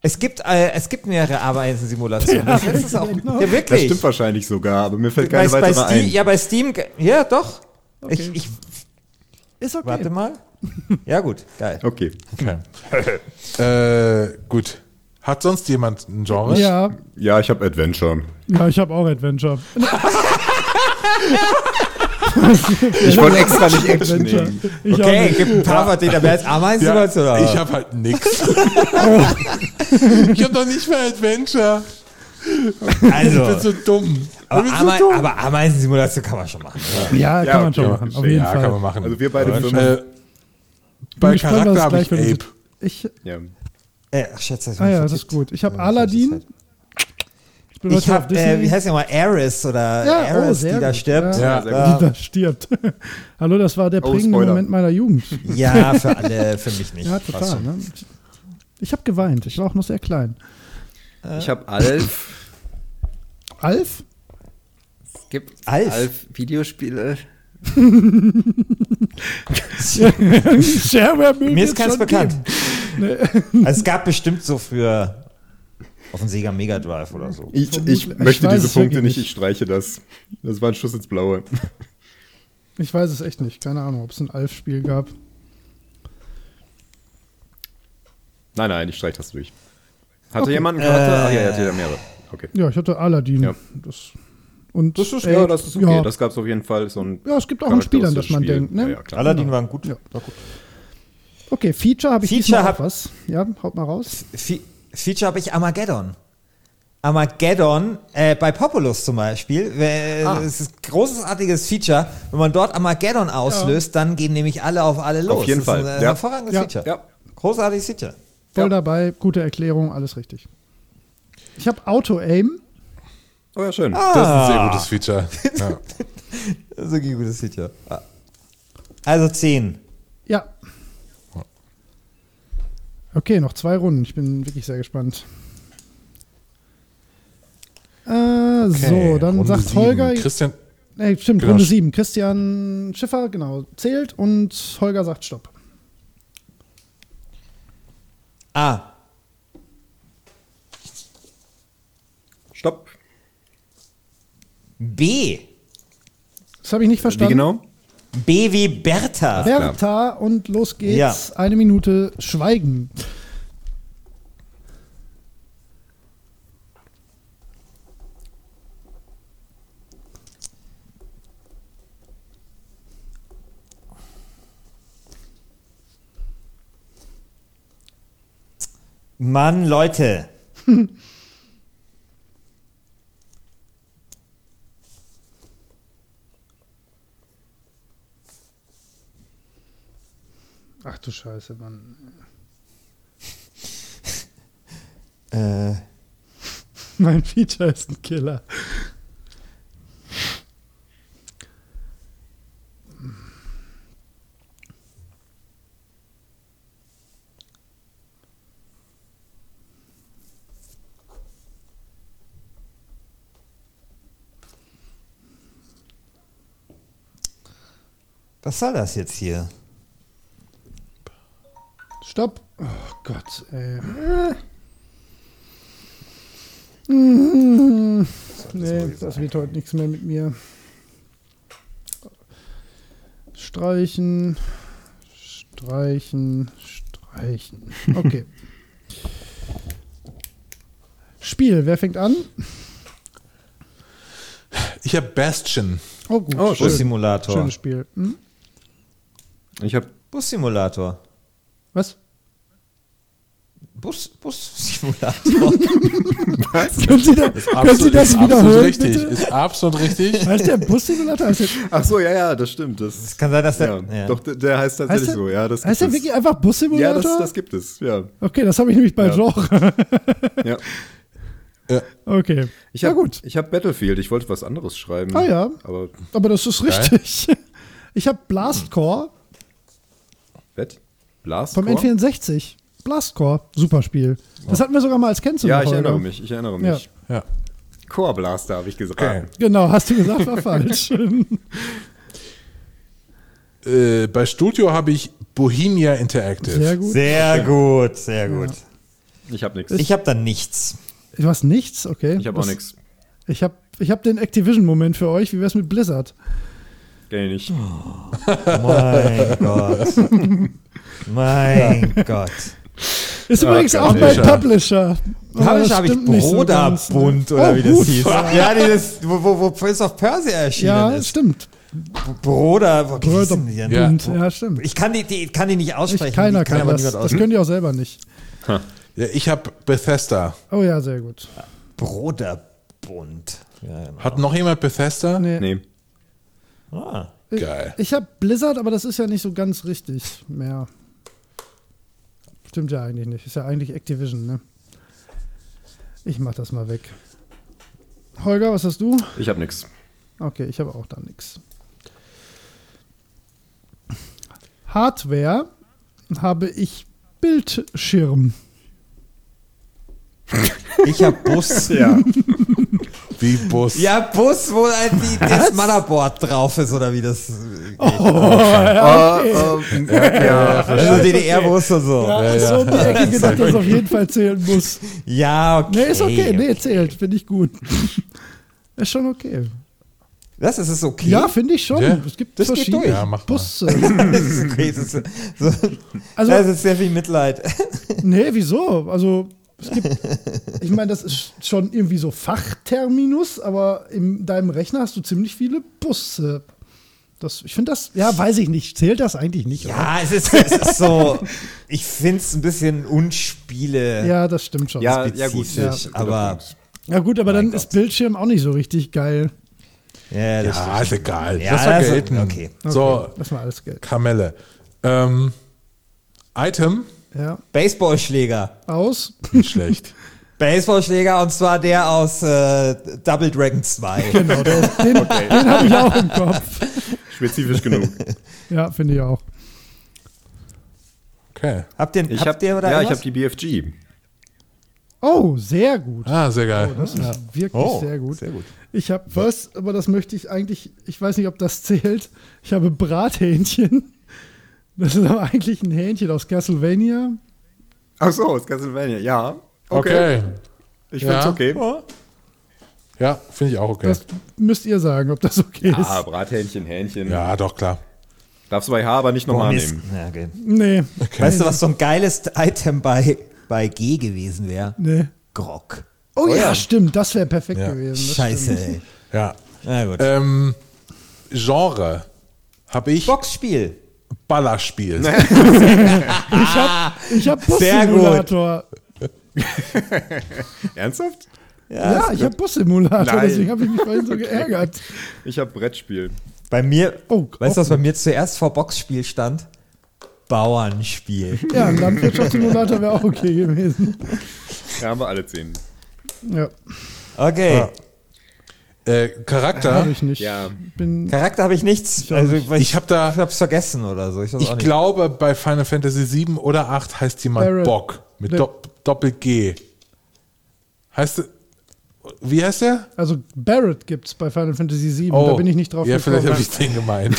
Speaker 4: Es gibt, äh, es gibt mehrere Ameisensimulationen. Ja, das ist auch, ja
Speaker 2: Das
Speaker 4: wirklich.
Speaker 2: stimmt wahrscheinlich sogar, aber mir fällt
Speaker 4: bei,
Speaker 2: keine
Speaker 4: bei
Speaker 2: weitere
Speaker 4: Steam,
Speaker 2: ein.
Speaker 4: ja, bei Steam, ge- ja, doch.
Speaker 1: Okay.
Speaker 4: Ich, ich,
Speaker 1: Ist okay.
Speaker 4: warte mal. Ja, gut, geil.
Speaker 2: Okay.
Speaker 3: okay. äh, gut. Hat sonst jemand ein Genre?
Speaker 1: Ja,
Speaker 2: Ja, ich habe Adventure.
Speaker 1: ja, ich habe auch Adventure.
Speaker 2: Ich wollte extra nicht Action
Speaker 1: Adventure.
Speaker 2: nehmen.
Speaker 1: Ich auch
Speaker 4: Okay,
Speaker 1: nicht.
Speaker 4: gibt ein paar Vertreter. Wer ist
Speaker 3: Ja,
Speaker 4: Ameisensimulation? oder?
Speaker 3: ich habe halt nichts. Ich habe doch nicht mehr Adventure. Ich bin so dumm.
Speaker 4: Also, Aber,
Speaker 3: ich bin
Speaker 4: Ame
Speaker 3: so dumm.
Speaker 4: aber Ameisensimulation kann man schon machen.
Speaker 1: Ja,
Speaker 2: Ja,
Speaker 1: kann man
Speaker 2: okay.
Speaker 1: schon machen. Auf jeden
Speaker 3: ja,
Speaker 1: Fall.
Speaker 3: kann man machen.
Speaker 2: Also wir beide fünf.
Speaker 3: äh, bei
Speaker 1: Ich bin gespannt,
Speaker 3: Charakter
Speaker 1: was
Speaker 3: habe
Speaker 1: gleich
Speaker 3: ich
Speaker 1: für
Speaker 3: Ape.
Speaker 1: ein- Ich,
Speaker 2: Ja.
Speaker 4: Äh, ach, schätze, ich
Speaker 1: ah ja,
Speaker 4: hab
Speaker 1: das ist
Speaker 4: vertippt.
Speaker 1: gut. Ich habe
Speaker 4: Ja, halt-
Speaker 1: Aladdin. Ich bin
Speaker 4: Ich
Speaker 1: heute auf
Speaker 4: habe, äh,
Speaker 1: Disney.
Speaker 4: wie heißt die nochmal, Eris oder
Speaker 1: Ja, oh,
Speaker 4: Eris,
Speaker 1: sehr
Speaker 4: die da
Speaker 1: gut.
Speaker 4: stirbt.
Speaker 3: Ja.
Speaker 2: sehr
Speaker 1: Die da stirbt. Hallo, das war der
Speaker 2: Oh,
Speaker 1: prägende
Speaker 2: Spoiler.
Speaker 1: Moment meiner Jugend.
Speaker 4: Ja, für alle, für mich nicht.
Speaker 1: Ja,
Speaker 4: Passt
Speaker 1: total.
Speaker 4: schon.
Speaker 1: Ne? Ich- Ich habe geweint. Ich war auch noch sehr klein.
Speaker 2: Ich habe Alf.
Speaker 1: Alf?
Speaker 2: Gibt
Speaker 4: Alf?
Speaker 2: Videospiele?
Speaker 1: Shareware
Speaker 4: Mir ist keins bekannt. Also, es gab bestimmt so für auf dem Sega Mega Drive oder so.
Speaker 2: Ich,
Speaker 1: Vermutlich.
Speaker 2: ich
Speaker 1: Ich
Speaker 2: möchte
Speaker 1: weiß
Speaker 2: diese
Speaker 1: es wirklich
Speaker 2: Punkte nicht,
Speaker 1: nicht.
Speaker 2: ich streiche das. Das war ein Schuss ins Blaue.
Speaker 1: Ich weiß es echt nicht. Keine Ahnung, ob es ein Alf-Spiel gab.
Speaker 2: Nein, nein, ich streiche das durch. Hatte
Speaker 1: Okay.
Speaker 2: jemand einen Charakter? Ach ja, er hatte ja mehrere. Okay.
Speaker 1: Ja, ich hatte Aladdin.
Speaker 2: Ja.
Speaker 1: Das, und Ape.
Speaker 2: ja, das ist okay.
Speaker 1: Ja.
Speaker 2: Das gab es auf jeden Fall. So ein
Speaker 1: Ja, es gibt auch ein Spiel, an das man denkt, ne?
Speaker 2: Ja, ja, klar.
Speaker 4: Aladdin war ein gut.
Speaker 1: Ja.
Speaker 4: War gut.
Speaker 1: Okay, Feature habe ich
Speaker 4: Feature
Speaker 1: diesmal
Speaker 4: hab-
Speaker 1: auch was. Ja, haut mal raus.
Speaker 4: Fe Feature habe ich Armageddon. Armageddon äh, bei Populous zum Beispiel. Äh,
Speaker 1: Ah.
Speaker 4: Es ist ein großartiges Feature. Wenn man dort Armageddon auslöst, dann gehen nämlich alle auf alle los.
Speaker 2: jeden
Speaker 4: das Ist
Speaker 2: Fall,
Speaker 4: ein äh,
Speaker 2: ja.
Speaker 4: hervorragendes
Speaker 1: Ja.
Speaker 4: Feature.
Speaker 2: Ja.
Speaker 4: Großartiges Feature.
Speaker 1: Voll
Speaker 2: Ja.
Speaker 1: dabei, gute Erklärung, alles richtig. Ich habe Auto-Aim.
Speaker 2: Oh ja, schön.
Speaker 3: Das ist ein
Speaker 1: Ah.
Speaker 3: sehr gutes Feature. Ja.
Speaker 4: Das ist wirklich ein gutes Feature. Ja. Also 10.
Speaker 1: Ja. Okay, noch zwei Runden. Ich bin wirklich sehr gespannt. Äh, so,
Speaker 3: Okay,
Speaker 1: dann
Speaker 3: Runde
Speaker 1: sagt
Speaker 3: sieben.
Speaker 1: Holger.
Speaker 3: Christian,
Speaker 1: Nee, stimmt,
Speaker 3: Genau.
Speaker 1: Runde 7. Christian Schiffer, genau, zählt und Holger sagt Stopp.
Speaker 4: Ah,
Speaker 2: Stopp.
Speaker 4: B.
Speaker 1: Das habe ich nicht
Speaker 2: Wie
Speaker 1: verstanden.
Speaker 2: genau?
Speaker 4: B wie Bertha.
Speaker 1: Bertha und los geht's.
Speaker 4: Ja.
Speaker 1: Eine Minute Schweigen.
Speaker 4: Mann, Leute.
Speaker 1: Ach du Scheiße, Mann.
Speaker 4: Äh,
Speaker 1: Mein Feature ist ein Killer.
Speaker 4: was soll das jetzt hier?
Speaker 1: Stopp. Äh. Oh Gott, ey. Mhm. Nee, das wird heute nichts mehr mit mir. Streichen, streichen, streichen. Okay. Spiel, wer fängt an?
Speaker 3: ich habe Bastion.
Speaker 1: Oh gut,
Speaker 2: Oh,
Speaker 1: schön.
Speaker 4: Bussimulator.
Speaker 1: schönes Spiel. Hm?
Speaker 2: Ich habe
Speaker 4: Bussimulator.
Speaker 1: Was?
Speaker 4: Bus, Bussimulator.
Speaker 1: Können Sie, da, können Sie das
Speaker 3: ist absolut
Speaker 1: wiederholen?
Speaker 3: richtig.
Speaker 1: Bitte?
Speaker 3: Ist absolut richtig.
Speaker 1: Heißt der Bussimulator? Heißt der,
Speaker 2: Ach so, ja, ja, das stimmt. Das,
Speaker 4: Es kann sein, dass der-
Speaker 2: Ja,
Speaker 4: ja.
Speaker 2: Doch, der- der
Speaker 1: heißt
Speaker 2: heißt tatsächlich
Speaker 1: der,
Speaker 2: so. Ja, das
Speaker 1: heißt der
Speaker 2: gibt es.
Speaker 1: wirklich einfach
Speaker 2: Ja,
Speaker 1: Bussimulator?
Speaker 2: das, das gibt es. Ja,
Speaker 1: okay, das habe ich nämlich bei
Speaker 2: Ja.
Speaker 1: Genre.
Speaker 2: ja.
Speaker 3: Ja.
Speaker 1: Okay.
Speaker 2: Ich
Speaker 1: ja,
Speaker 2: habe
Speaker 1: gut.
Speaker 2: hab Battlefield. Ich wollte was anderes schreiben.
Speaker 1: Ah, ja.
Speaker 2: Aber
Speaker 1: Aber das ist richtig. Ich habe Blastcore
Speaker 2: Bett? Blast?
Speaker 1: vom N64. Blastcore, super Spiel. Das hatten wir sogar mal als Kennzeichen.
Speaker 2: Ja, ich erinnere mich. Ich erinnere
Speaker 1: Ja.
Speaker 2: mich.
Speaker 3: Ja.
Speaker 2: Core Blaster habe ich gesagt. Ah,
Speaker 3: Okay.
Speaker 1: Genau, hast du gesagt, war falsch.
Speaker 3: Äh, bei Studio habe ich Bohemia Interactive.
Speaker 1: Sehr gut.
Speaker 4: sehr gut, sehr gut.
Speaker 2: Ich habe nichts.
Speaker 4: Ich habe dann nichts.
Speaker 1: Du hast nichts? Okay.
Speaker 2: Ich habe auch
Speaker 1: Das-
Speaker 2: nichts.
Speaker 1: Ich habe ich hab den Activision-Moment für euch. Wie wär's mit Blizzard?
Speaker 2: Gell nicht.
Speaker 4: Mein Gott. Mein Gott.
Speaker 1: Ist
Speaker 2: Ah,
Speaker 1: übrigens auch bei
Speaker 2: Publisher.
Speaker 1: Publisher. Aber das
Speaker 4: Habe hab ich
Speaker 1: stimmt nicht so ganz,
Speaker 4: Broderbund
Speaker 1: ne?
Speaker 4: oder
Speaker 1: Oh,
Speaker 4: wie das
Speaker 1: gut.
Speaker 4: hieß. Ja, dieses, wo, wo, wo Prince of Persia erschienen
Speaker 1: Ja,
Speaker 4: ist.
Speaker 1: stimmt.
Speaker 4: Broder. wo- wie
Speaker 1: Broder-
Speaker 4: hießen die denn?
Speaker 3: Ja.
Speaker 1: Und, ja, stimmt.
Speaker 4: Ich kann die, die kann die nicht
Speaker 1: Ich,
Speaker 4: aussprechen.
Speaker 1: keiner
Speaker 4: die
Speaker 1: kann
Speaker 4: aber
Speaker 1: das.
Speaker 4: niemand
Speaker 1: Das
Speaker 4: aussprechen.
Speaker 1: könnt ihr auch selber nicht.
Speaker 3: Ja, ich habe Bethesda.
Speaker 1: Oh ja, sehr gut.
Speaker 4: Broderbund. Ja, genau.
Speaker 3: Hat noch jemand Bethesda?
Speaker 1: Nee.
Speaker 2: Nee.
Speaker 4: Ah.
Speaker 1: Ich-
Speaker 3: Geil.
Speaker 1: Ich habe Blizzard, aber das ist ja nicht so ganz richtig mehr. Stimmt ja eigentlich nicht. Ist ja eigentlich Activision, ne? Ich mach das mal weg. Holger, was hast du?
Speaker 2: Ich habe nichts.
Speaker 1: Okay, ich habe auch da nichts. Hardware habe ich Bildschirm.
Speaker 4: Ich hab Bus.
Speaker 2: Ja.
Speaker 3: Wie Bus.
Speaker 4: Ja, Bus, wo halt die, das Motherboard drauf ist, oder wie das.
Speaker 1: Oh,
Speaker 2: Ah, ähm,
Speaker 4: also DDR-Bus und so.
Speaker 1: Ja,
Speaker 4: Ja,
Speaker 1: ist so um die Ecke gedacht, dass es auf jeden Fall zählen muss.
Speaker 4: okay.
Speaker 1: Ne, ist okay. Nee, zählt. Finde ich gut. Ist schon okay.
Speaker 4: Das ist es okay.
Speaker 1: Ja, finde ich schon.
Speaker 3: Ja,
Speaker 1: Es gibt
Speaker 4: das geht
Speaker 1: verschiedene
Speaker 4: durch.
Speaker 3: Ja, mach mal.
Speaker 1: Busse.
Speaker 4: das ist okay. Das ist, so,
Speaker 1: Also-
Speaker 4: das ist sehr viel Mitleid.
Speaker 1: Nee, wieso? Also, es gibt, ich meine, das ist schon irgendwie so Fachterminus, aber in deinem Rechner hast du ziemlich viele Busse. Das, ich finde das, ja, weiß ich nicht. Zählt das eigentlich nicht? Oder?
Speaker 4: Ja, es ist, es ist so, ich finde es ein bisschen unspiele.
Speaker 1: Ja, das stimmt schon.
Speaker 2: Ja, ja gut.
Speaker 4: spezifisch,
Speaker 2: ja, genau.
Speaker 4: aber-
Speaker 2: guter Punkt.
Speaker 1: Ja, gut, aber dann ist Bildschirm auch nicht so richtig geil.
Speaker 4: Ja, das
Speaker 3: Ja, ist egal.
Speaker 4: Ja,
Speaker 3: Lass mal
Speaker 4: also-
Speaker 3: gelten.
Speaker 4: okay.
Speaker 3: So,
Speaker 1: Das war alles Geld.
Speaker 3: Kamelle. Ähm, Item,
Speaker 1: Ja,
Speaker 4: Baseballschläger.
Speaker 1: aus.
Speaker 3: nicht schlecht.
Speaker 4: Baseballschläger und zwar der aus äh, Double Dragon 2.
Speaker 1: Genau, der, den, den habe ich auch im Kopf.
Speaker 2: Spezifisch genug.
Speaker 1: Ja, finde ich auch.
Speaker 3: Okay.
Speaker 4: habt ihr,
Speaker 2: Ich
Speaker 4: habt
Speaker 2: hab,
Speaker 4: ihr da
Speaker 2: ja, ich habe
Speaker 4: irgendwas?
Speaker 2: die BFG.
Speaker 1: Oh, sehr gut.
Speaker 3: Ah, sehr geil.
Speaker 1: Oh, Das ist wirklich sehr gut.
Speaker 3: Sehr gut.
Speaker 1: Ich habe was, aber das möchte ich eigentlich, ich weiß nicht, ob das zählt. Ich habe Brathähnchen. Das ist aber eigentlich ein Hähnchen aus Castlevania.
Speaker 2: Ach so, aus Castlevania, ja.
Speaker 3: Okay.
Speaker 2: Ich
Speaker 3: Ja.
Speaker 2: find's okay.
Speaker 3: Ja, finde ich auch okay.
Speaker 1: Das müsst ihr sagen, ob das okay ist.
Speaker 2: Ah, Brathähnchen, Hähnchen.
Speaker 3: ja, doch, klar.
Speaker 2: Darfst du bei H aber nicht
Speaker 4: Boah,
Speaker 2: nochmal
Speaker 4: Oh, Mist.
Speaker 2: nehmen.
Speaker 4: Ja, okay.
Speaker 1: Nee,
Speaker 4: Weißt du, was so ein geiles Item bei, bei G gewesen wäre?
Speaker 1: nee.
Speaker 4: Grog.
Speaker 1: Oh, ja, stimmt, das wäre perfekt
Speaker 3: Ja.
Speaker 1: gewesen. Das
Speaker 4: Scheiße,
Speaker 1: stimmt.
Speaker 4: ey.
Speaker 3: Ja.
Speaker 4: Na gut.
Speaker 3: Ähm, Genre habe ich
Speaker 4: Boxspiel.
Speaker 3: Ballerspiel.
Speaker 1: Ich habe
Speaker 4: Sehr gut.
Speaker 1: Bussimulator.
Speaker 2: Ernsthaft?
Speaker 1: Ja, ich habe Bussimulator,
Speaker 2: Nein.
Speaker 1: deswegen habe ich mich vorhin so geärgert.
Speaker 2: Ich habe Brettspiel.
Speaker 4: Bei mir,
Speaker 1: Oh,
Speaker 4: weißt du,
Speaker 1: auch
Speaker 4: was bei mir zuerst vor Boxspiel stand? Bauernspiel.
Speaker 1: Ja, ein Landwirtschaftssimulator wäre auch okay gewesen.
Speaker 2: Da haben wir alle zehn.
Speaker 1: Ja,
Speaker 4: Okay.
Speaker 3: Ja. Äh, Charakter.
Speaker 1: habe ich nicht.
Speaker 2: Ja.
Speaker 1: Bin,
Speaker 4: Charakter habe ich nichts. Also, weil
Speaker 3: Ich habe da,
Speaker 4: ich hab's vergessen oder so. Ich, weiß auch
Speaker 3: ich
Speaker 4: nicht.
Speaker 3: glaube, bei Final Fantasy 7 oder 8 heißt jemand
Speaker 1: Barrett.
Speaker 3: Bock. Mit
Speaker 1: Nee.
Speaker 3: Dopp Doppel-G. Heißt, wie heißt der?
Speaker 1: also Barrett gibt's bei Final Fantasy VII, da bin ich nicht drauf
Speaker 3: Oh, Ja,
Speaker 1: gekommen.
Speaker 3: vielleicht habe ich den gemeint.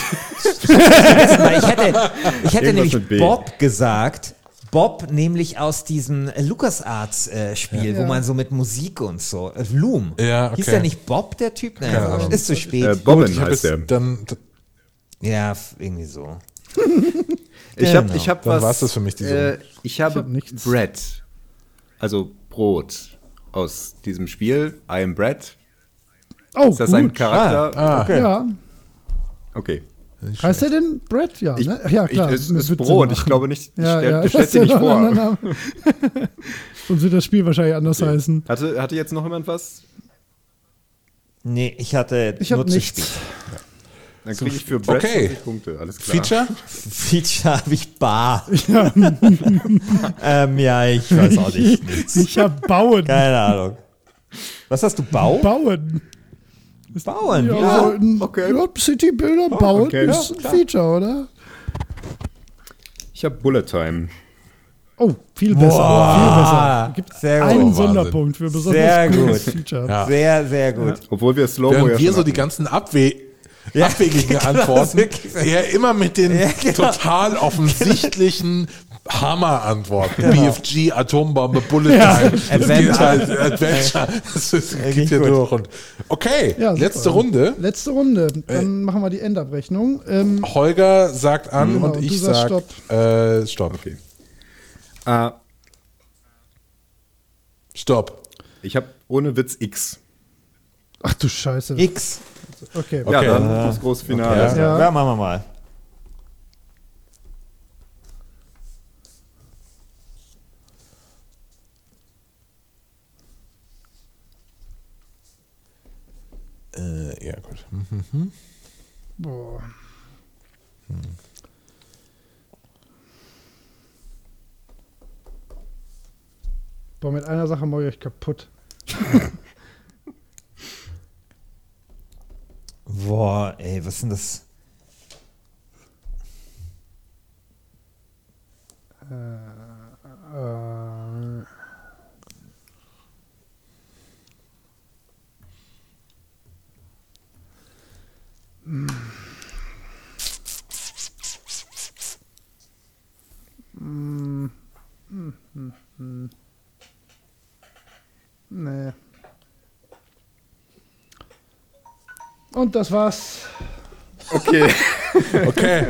Speaker 4: Weil ich hätte, ich hätte
Speaker 2: Irgendwas
Speaker 4: nämlich
Speaker 2: mit B.
Speaker 4: Bob gesagt. Bob nämlich aus diesem LucasArts-Spiel, wo
Speaker 1: Ja.
Speaker 4: man so mit Musik und so. äh, Loom.
Speaker 3: Ja,
Speaker 4: Hieß
Speaker 3: okay.
Speaker 4: der nicht Bob, der Typ? Naja,
Speaker 3: Keine Ahnung.
Speaker 4: ist zu spät.
Speaker 2: Äh, Bobbin
Speaker 3: Ich habe
Speaker 2: heißt
Speaker 3: es
Speaker 2: der.
Speaker 3: dann,
Speaker 4: ja, f- irgendwie so.
Speaker 2: Ich habe
Speaker 4: Genau.
Speaker 2: ich hab
Speaker 3: Dann
Speaker 2: was.
Speaker 3: war's das für mich, die
Speaker 2: äh,
Speaker 3: Summe.
Speaker 2: ich habe
Speaker 1: Ich hab nichts.
Speaker 2: Bread. Also Brot aus diesem Spiel. I am Bread.
Speaker 1: Oh,
Speaker 2: Ist das
Speaker 1: gut.
Speaker 2: ein Charakter?
Speaker 3: ah,
Speaker 1: Ja.
Speaker 2: Okay.
Speaker 1: Heißt der denn Brett? Ja,
Speaker 2: Ich,
Speaker 1: ne? Ach ja, klar.
Speaker 2: Ich, es
Speaker 1: Mit
Speaker 2: ist
Speaker 1: Witze
Speaker 2: Brot.
Speaker 1: machen.
Speaker 2: Ich glaube nicht, ich
Speaker 1: Ja,
Speaker 2: stell,
Speaker 1: ja,
Speaker 2: du stellst dir
Speaker 1: das
Speaker 2: nicht
Speaker 1: ist ja noch ein
Speaker 2: vor.
Speaker 1: anderer Name. Sonst wird das Spiel wahrscheinlich anders heißen.
Speaker 2: Hatte, hatte jetzt noch jemand was?
Speaker 4: Nee, ich hatte
Speaker 1: Ich habe
Speaker 4: nur zu
Speaker 1: nichts.
Speaker 4: spät.
Speaker 2: Dann kriege ich für Bread
Speaker 3: Okay.
Speaker 2: 20 Punkte. Alles klar.
Speaker 3: Feature?
Speaker 4: Feature habe ich bar. ähm, ja, ich weiß auch nicht. nichts.
Speaker 1: Ich habe Bauen.
Speaker 4: Keine Ahnung. Was hast du, Bau?
Speaker 1: Bauen.
Speaker 4: Bauern,
Speaker 1: Ja,
Speaker 4: ja.
Speaker 1: so ein
Speaker 2: okay. Oh,
Speaker 1: ja, City-Bilder bauen
Speaker 2: okay.
Speaker 1: ist
Speaker 2: Ja,
Speaker 1: ein Feature, oder?
Speaker 2: Ich habe Bullet Time.
Speaker 1: Oh, viel besser. Viel besser. Gibt
Speaker 2: Oh,
Speaker 4: Sehr gut.
Speaker 1: einen
Speaker 3: Wahnsinn.
Speaker 1: Sonderpunkt für besonders
Speaker 4: Sehr
Speaker 1: cooles
Speaker 4: gut.
Speaker 1: Feature.
Speaker 3: Ja.
Speaker 4: Sehr, sehr gut.
Speaker 2: Obwohl wir Slow
Speaker 3: Während wir
Speaker 2: schon
Speaker 3: so die
Speaker 2: hatten.
Speaker 3: ganzen Abwe
Speaker 4: Ja,
Speaker 3: abwegigen
Speaker 4: genau,
Speaker 3: Antworten,
Speaker 4: wirklich.
Speaker 3: er immer mit den
Speaker 4: Ja, genau.
Speaker 3: total offensichtlichen Hammer-Antworten. BFG, Atombombe, Bullet
Speaker 1: Ja.
Speaker 3: Time,
Speaker 4: Adventure.
Speaker 3: geht halt, Adventure. Das ist, geht
Speaker 4: Richtig
Speaker 3: hier
Speaker 4: gut.
Speaker 3: durch. Und okay,
Speaker 1: Ja, super.
Speaker 3: letzte Runde.
Speaker 1: Letzte Runde. Dann machen wir die Endabrechnung. Ähm,
Speaker 3: Holger sagt an
Speaker 1: Genau,
Speaker 3: und
Speaker 1: und du
Speaker 3: ich
Speaker 1: sagst
Speaker 3: sag
Speaker 1: Stopp.
Speaker 3: Äh, stopp.
Speaker 2: Okay. Ah,
Speaker 3: Stopp.
Speaker 2: ich habe ohne Witz X.
Speaker 1: ach du Scheiße.
Speaker 4: X.
Speaker 1: Okay.
Speaker 2: Ja,
Speaker 3: Okay.
Speaker 2: dann das große Finale.
Speaker 3: Okay.
Speaker 4: Ja.
Speaker 1: Ja.
Speaker 4: machen wir mal.
Speaker 3: Äh, ja, gut. Hm.
Speaker 1: Boah. Boah, mit einer Sache mache ich euch kaputt.
Speaker 4: Boah, ey, was ist denn das?
Speaker 1: Äh, nee. Und das war's.
Speaker 2: Okay.
Speaker 3: Okay,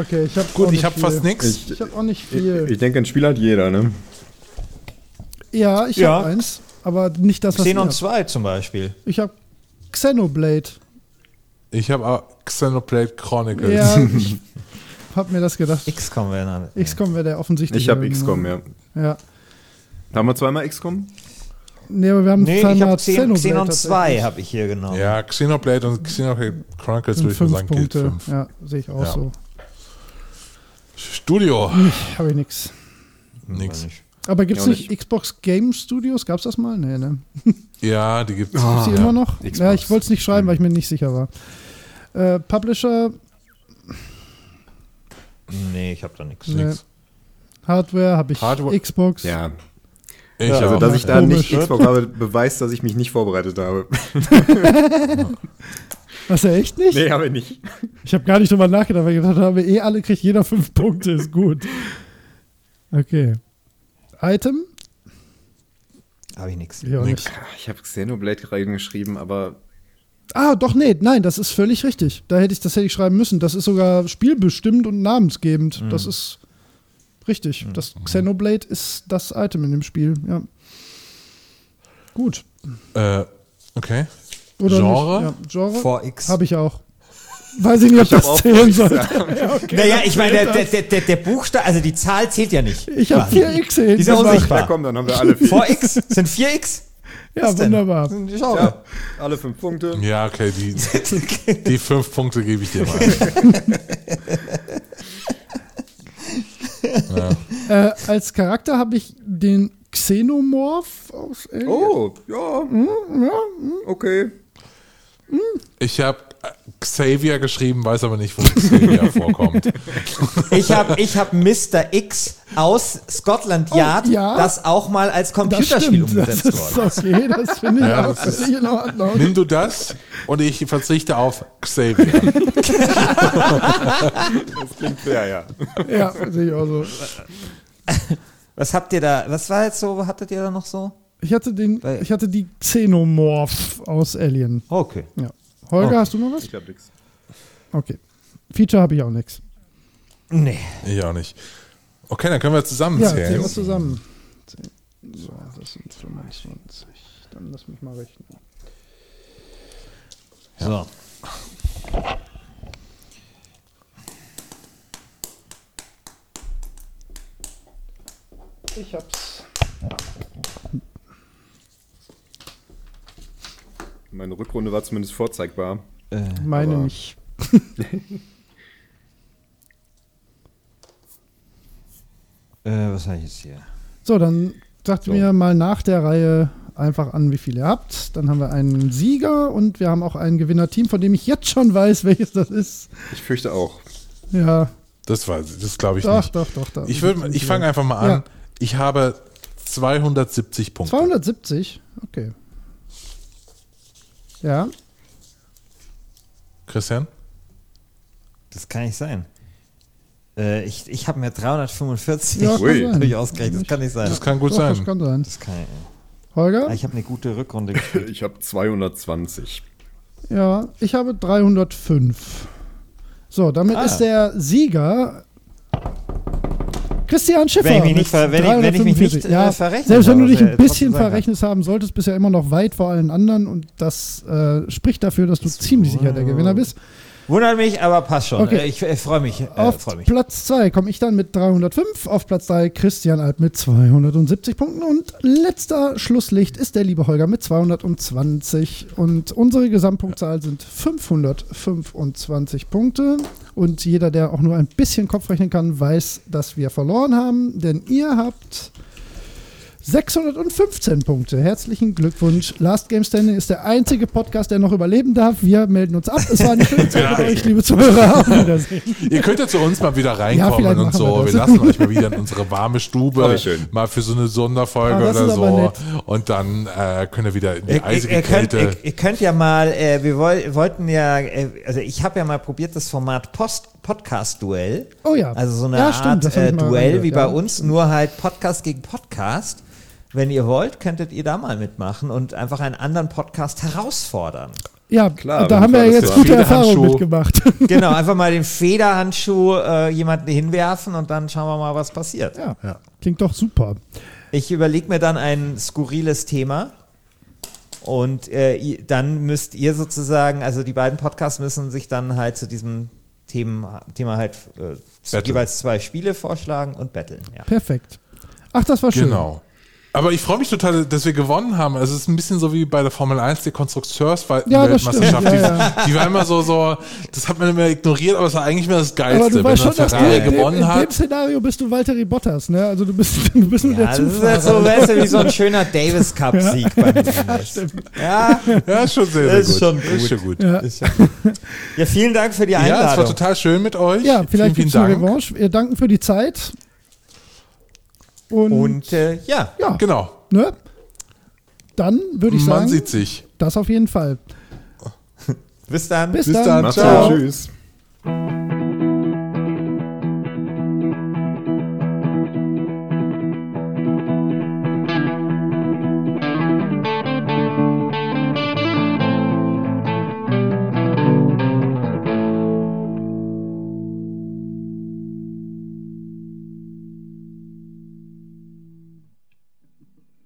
Speaker 1: Okay, ich habe
Speaker 3: gut, ich habe fast nichts.
Speaker 1: Ich habe auch nicht
Speaker 2: Ich,
Speaker 1: viel.
Speaker 2: ich denke, ein Spiel hat jeder, ne?
Speaker 1: ja, ich
Speaker 4: Ja.
Speaker 1: habe eins, aber nicht das, was ihr
Speaker 4: Xenon
Speaker 1: habt.
Speaker 4: 2 zum Beispiel.
Speaker 1: Ich habe Xenoblade.
Speaker 3: Ich habe auch Xenoblade Chronicles.
Speaker 1: Ja, ich hab mir das gedacht.
Speaker 4: XCOM wäre damit.
Speaker 1: XCOM wäre der offensichtliche.
Speaker 2: Ich habe XCOM, ja.
Speaker 1: Ja.
Speaker 2: Haben wir zweimal XCOM?
Speaker 1: Nee, aber wir haben
Speaker 4: Nee, ich
Speaker 1: zweimal
Speaker 4: habe Xenon,
Speaker 1: Xenoblade
Speaker 4: Xenon
Speaker 1: tatsächlich.
Speaker 4: 2 habe ich hier genommen.
Speaker 3: Ja, Xenoblade und Xenoblade Chronicles
Speaker 1: sind
Speaker 3: würde ich mal
Speaker 1: fünf
Speaker 3: sagen, gilt
Speaker 1: Punkte.
Speaker 3: fünf.
Speaker 1: Ja, sehe ich auch
Speaker 3: Ja.
Speaker 1: so.
Speaker 3: Studio,
Speaker 1: Habe ich nix.
Speaker 4: Hm,
Speaker 3: nix.
Speaker 1: Aber gibt's
Speaker 2: Ja,
Speaker 1: nicht Xbox Game Studios? Gab's das mal? Nee, ne?
Speaker 3: Ja, die gibt's.
Speaker 1: Ah. Gibt's die
Speaker 3: Ah, ja.
Speaker 1: immer noch?
Speaker 2: Xbox.
Speaker 1: Ja, ich wollte es nicht schreiben, weil ich mir nicht sicher war. Äh, Publisher,
Speaker 4: Nee, ich habe da nichts.
Speaker 1: ne.
Speaker 3: Nix.
Speaker 1: Hardware habe ich
Speaker 3: Hardware-
Speaker 1: Xbox.
Speaker 2: Ja.
Speaker 3: Ich
Speaker 4: Ja,
Speaker 2: Also,
Speaker 3: auch.
Speaker 2: dass ich da
Speaker 1: Komisch,
Speaker 2: nicht Xbox habe, beweist, dass ich mich nicht vorbereitet habe.
Speaker 1: Was ja echt nicht?
Speaker 2: nee, habe ich nicht.
Speaker 1: Ich habe gar nicht drüber nachgedacht, weil ich gedacht habe, eh alle kriegt jeder fünf Punkte, ist gut. Okay. Item?
Speaker 4: Habe ich nichts.
Speaker 1: Ja,
Speaker 3: Nix.
Speaker 1: nicht.
Speaker 2: Ah, Ich habe Xenoblade reingeschrieben, aber
Speaker 1: Ah, doch, nee, nein, das ist völlig richtig. Da hätte ich, das hätte ich schreiben müssen. Das ist sogar spielbestimmt und namensgebend. Das ist richtig. Das Xenoblade ist das Item in dem Spiel, ja. Gut.
Speaker 3: Äh, okay.
Speaker 1: Oder
Speaker 3: Genre?
Speaker 1: Nicht? Ja, Genre?
Speaker 4: Vor X.
Speaker 1: Habe ich auch. Weiß ich nicht, ob
Speaker 2: hab
Speaker 1: das
Speaker 2: auch
Speaker 1: zählen
Speaker 2: vor
Speaker 1: sollte. Ja, okay,
Speaker 4: Naja,
Speaker 1: dann
Speaker 4: ich meine,
Speaker 1: zählt
Speaker 4: der, der, der, der, der Buchstabe, also die Zahl zählt ja nicht.
Speaker 1: das. ich habe
Speaker 4: Quasi.
Speaker 1: vier X hin.
Speaker 4: Die sind
Speaker 2: na
Speaker 4: unsichtbar.
Speaker 2: komm, dann haben wir alle, vier,
Speaker 4: Vor X sind vier X.
Speaker 1: Ja,
Speaker 4: Was denn?
Speaker 1: wunderbar.
Speaker 4: Schau.
Speaker 2: ja, alle fünf Punkte.
Speaker 3: Ja, okay, die, die fünf Punkte gebe ich dir mal.
Speaker 1: Äh, als Charakter habe ich den Xenomorph aus Alien.
Speaker 2: Oh, ja, hm, okay.
Speaker 3: Ich habe Xavier geschrieben, weiß aber nicht, wo Xavier vorkommt.
Speaker 4: Ich habe ich hab Mr. X aus Scotland Yard,
Speaker 1: Oh, ja.
Speaker 4: das auch mal als
Speaker 1: das
Speaker 4: Computerspiel
Speaker 1: stimmt. Das
Speaker 4: umgesetzt
Speaker 1: ist
Speaker 4: wurde.
Speaker 1: okay, das finde ich
Speaker 3: Ja,
Speaker 1: auch
Speaker 3: das ist-
Speaker 1: völlig in Ordnung.
Speaker 3: Nimm du das und ich verzichte auf Xavier.
Speaker 2: Das klingt fair, ja.
Speaker 1: Ja, sehe ich auch so.
Speaker 4: Was habt ihr da, was war jetzt so, hattet ihr da noch so?
Speaker 1: Ich hatte, den,
Speaker 4: Weil-
Speaker 1: ich hatte die Xenomorph aus Alien.
Speaker 4: Okay.
Speaker 1: Ja. Holger, hast du noch was?
Speaker 2: Ich glaube nichts.
Speaker 1: Okay. Feature habe ich auch nichts.
Speaker 4: Nee.
Speaker 3: Ich auch nicht. Okay, dann können wir
Speaker 1: Ja,
Speaker 3: zusammenzählen.
Speaker 1: zählen wir zusammen. Zehn. So, das sind 25. Dann lass mich mal rechnen.
Speaker 4: So.
Speaker 1: Ich hab's.
Speaker 2: Meine Rückrunde war zumindest vorzeigbar.
Speaker 1: Meine
Speaker 2: Aber-
Speaker 1: nicht.
Speaker 4: Äh, was habe ich jetzt hier?
Speaker 1: So, dann sagt mir mal nach der Reihe einfach an, wie viele ihr habt. Dann haben wir einen Sieger und wir haben auch ein Gewinnerteam, von dem ich jetzt schon weiß, welches das ist.
Speaker 2: Ich fürchte auch.
Speaker 1: Ja,
Speaker 3: Das war, das glaube ich
Speaker 1: doch,
Speaker 3: nicht.
Speaker 1: doch, doch, doch.
Speaker 3: Ich, würd- ich fange einfach mal an.
Speaker 1: Ja.
Speaker 3: Ich habe 270 Punkte.
Speaker 1: 270? Okay. Ja,
Speaker 3: Christian?
Speaker 4: Das kann nicht sein. Äh, ich ich habe mir 345
Speaker 1: Ja,
Speaker 4: ja,
Speaker 1: kann
Speaker 2: Ui.
Speaker 1: sein.
Speaker 4: natürlich ausgerechnet. Das kann nicht sein.
Speaker 3: Das kann gut
Speaker 1: Doch,
Speaker 3: sein.
Speaker 1: Das kann sein.
Speaker 4: Das kann,
Speaker 1: Holger?
Speaker 4: Ah, ich habe eine gute Rückrunde gespielt.
Speaker 2: Ich habe 220.
Speaker 1: Ja, ich habe 305. So, damit
Speaker 4: Ah.
Speaker 1: ist der Sieger Christian Schiffer.
Speaker 4: Wenn ich mich nicht
Speaker 1: mit
Speaker 4: ver- wenn ich- wenn ich mich nicht,
Speaker 1: 345.
Speaker 4: äh, verrechnet
Speaker 1: Selbst wenn
Speaker 4: habe,
Speaker 1: du dich
Speaker 4: was er
Speaker 1: ein
Speaker 4: trotzdem
Speaker 1: bisschen
Speaker 4: sagen kann.
Speaker 1: verrechnet haben solltest, bist du ja immer noch weit vor allen anderen und das äh, spricht dafür, dass du ziemlich sicher der Gewinner bist.
Speaker 4: Wundert mich, aber passt schon.
Speaker 1: Okay.
Speaker 4: Äh, Ich äh, freue mich. Äh,
Speaker 1: Auf
Speaker 4: freu mich.
Speaker 1: Platz 2 komme ich dann mit 305, auf Platz 3 Christian Alp mit 270 Punkten und letzter Schlusslicht ist der liebe Holger mit 220 und unsere Gesamtpunktzahl sind 525 Punkte und jeder, der auch nur ein bisschen Kopf rechnen kann, weiß, dass wir verloren haben, denn ihr habt 615 Punkte. Herzlichen Glückwunsch. Last Game Standing ist der einzige Podcast, der noch überleben darf. Wir melden uns ab. Es war eine schöne Zeit mit euch, liebe Zuhörer. Auf Wiedersehen.
Speaker 3: Ihr könnt ja zu uns mal wieder
Speaker 1: Ja,
Speaker 3: reinkommen
Speaker 1: vielleicht
Speaker 3: und
Speaker 1: machen
Speaker 3: so.
Speaker 1: wir
Speaker 3: Wir,
Speaker 1: das.
Speaker 3: lassen euch mal wieder in unsere warme Stube.
Speaker 2: Voll schön.
Speaker 3: Mal für so eine Sonderfolge
Speaker 1: Ah, das
Speaker 3: oder
Speaker 1: ist aber
Speaker 3: so.
Speaker 1: nett.
Speaker 3: Und dann äh, könnt ihr wieder in die
Speaker 4: Ihr, ihr,
Speaker 3: eisige
Speaker 4: ihr, könnt,
Speaker 3: Kälte.
Speaker 4: ihr, ihr könnt ja mal, äh, wir woll, wollten ja, äh, also ich habe ja mal probiert, das Format Post Podcast-Duell.
Speaker 1: Oh ja.
Speaker 4: Also so eine
Speaker 1: Ja, stimmt,
Speaker 4: Art
Speaker 1: das hab ich
Speaker 4: äh,
Speaker 1: mal
Speaker 4: Duell wie
Speaker 1: angehört,
Speaker 4: bei
Speaker 1: ja.
Speaker 4: uns, nur halt Podcast gegen Podcast. Wenn ihr wollt, könntet ihr da mal mitmachen und einfach einen anderen Podcast herausfordern.
Speaker 1: Ja,
Speaker 2: Klar,
Speaker 1: da
Speaker 2: wenn
Speaker 1: haben wir
Speaker 2: ich
Speaker 1: ja
Speaker 2: war,
Speaker 1: jetzt
Speaker 2: das
Speaker 1: gute
Speaker 3: war-
Speaker 1: Erfahrungen
Speaker 3: Federhandschuh.
Speaker 1: mitgemacht.
Speaker 4: Genau, einfach mal den Federhandschuh äh, jemanden hinwerfen und dann schauen wir mal, was passiert.
Speaker 1: ja,
Speaker 3: Ja.
Speaker 1: klingt doch super.
Speaker 4: Ich überlege mir dann ein skurriles Thema Und äh, i- dann müsst ihr sozusagen, also die beiden Podcasts müssen sich dann halt zu diesem Thema, Thema halt äh, zu-
Speaker 3: Betteln.
Speaker 4: jeweils zwei Spiele vorschlagen und betteln. Ja.
Speaker 1: Perfekt. Ach, das war schön.
Speaker 3: Genau. Aber ich freue mich total, dass wir gewonnen haben. Also es ist ein bisschen so wie bei der Formel 1, die
Speaker 1: Ja, das stimmt.
Speaker 3: Konstrukteursweltmeisterschaft.
Speaker 1: Ja,
Speaker 3: die, die war immer so, so, das hat man immer ignoriert, aber es war eigentlich immer das Geilste.
Speaker 1: Aber du weißt schon,
Speaker 3: Wenn dann
Speaker 1: dass du
Speaker 3: Ferrari
Speaker 1: in dem, in
Speaker 3: gewonnen
Speaker 1: dem
Speaker 3: hat.
Speaker 1: Szenario bist du Walter Bottas, ne? Also du bist, du bist nur der
Speaker 4: Ja, das ist
Speaker 1: Zufall.
Speaker 4: jetzt Also, so, weißt du, wie so ein schöner Davis Cup-Sieg bei mir. Ja,
Speaker 3: Ja, ist schon sehr, sehr
Speaker 4: Das
Speaker 3: gut.
Speaker 4: ist schon
Speaker 3: Ist
Speaker 4: gut.
Speaker 3: schon gut.
Speaker 1: Ja.
Speaker 4: Ist ja- ja, vielen Dank für die Einladung.
Speaker 3: Ja, es war total schön mit euch.
Speaker 1: Ja, vielleicht
Speaker 3: vielen,
Speaker 1: gibt
Speaker 3: vielen
Speaker 1: es eine
Speaker 3: Dank.
Speaker 1: Revanche. Wir danken für die Zeit. Und,
Speaker 4: Und äh, ja,
Speaker 1: ja,
Speaker 3: Genau.
Speaker 1: ne? Dann würde ich
Speaker 3: Man
Speaker 1: sagen,
Speaker 3: sieht sich.
Speaker 1: das auf jeden Fall.
Speaker 4: bis dann.
Speaker 1: Bis,
Speaker 3: Bis
Speaker 1: dann.
Speaker 3: dann.
Speaker 2: Macht's
Speaker 3: Ciao.
Speaker 2: gut. Tschüss.
Speaker 1: Tschüss.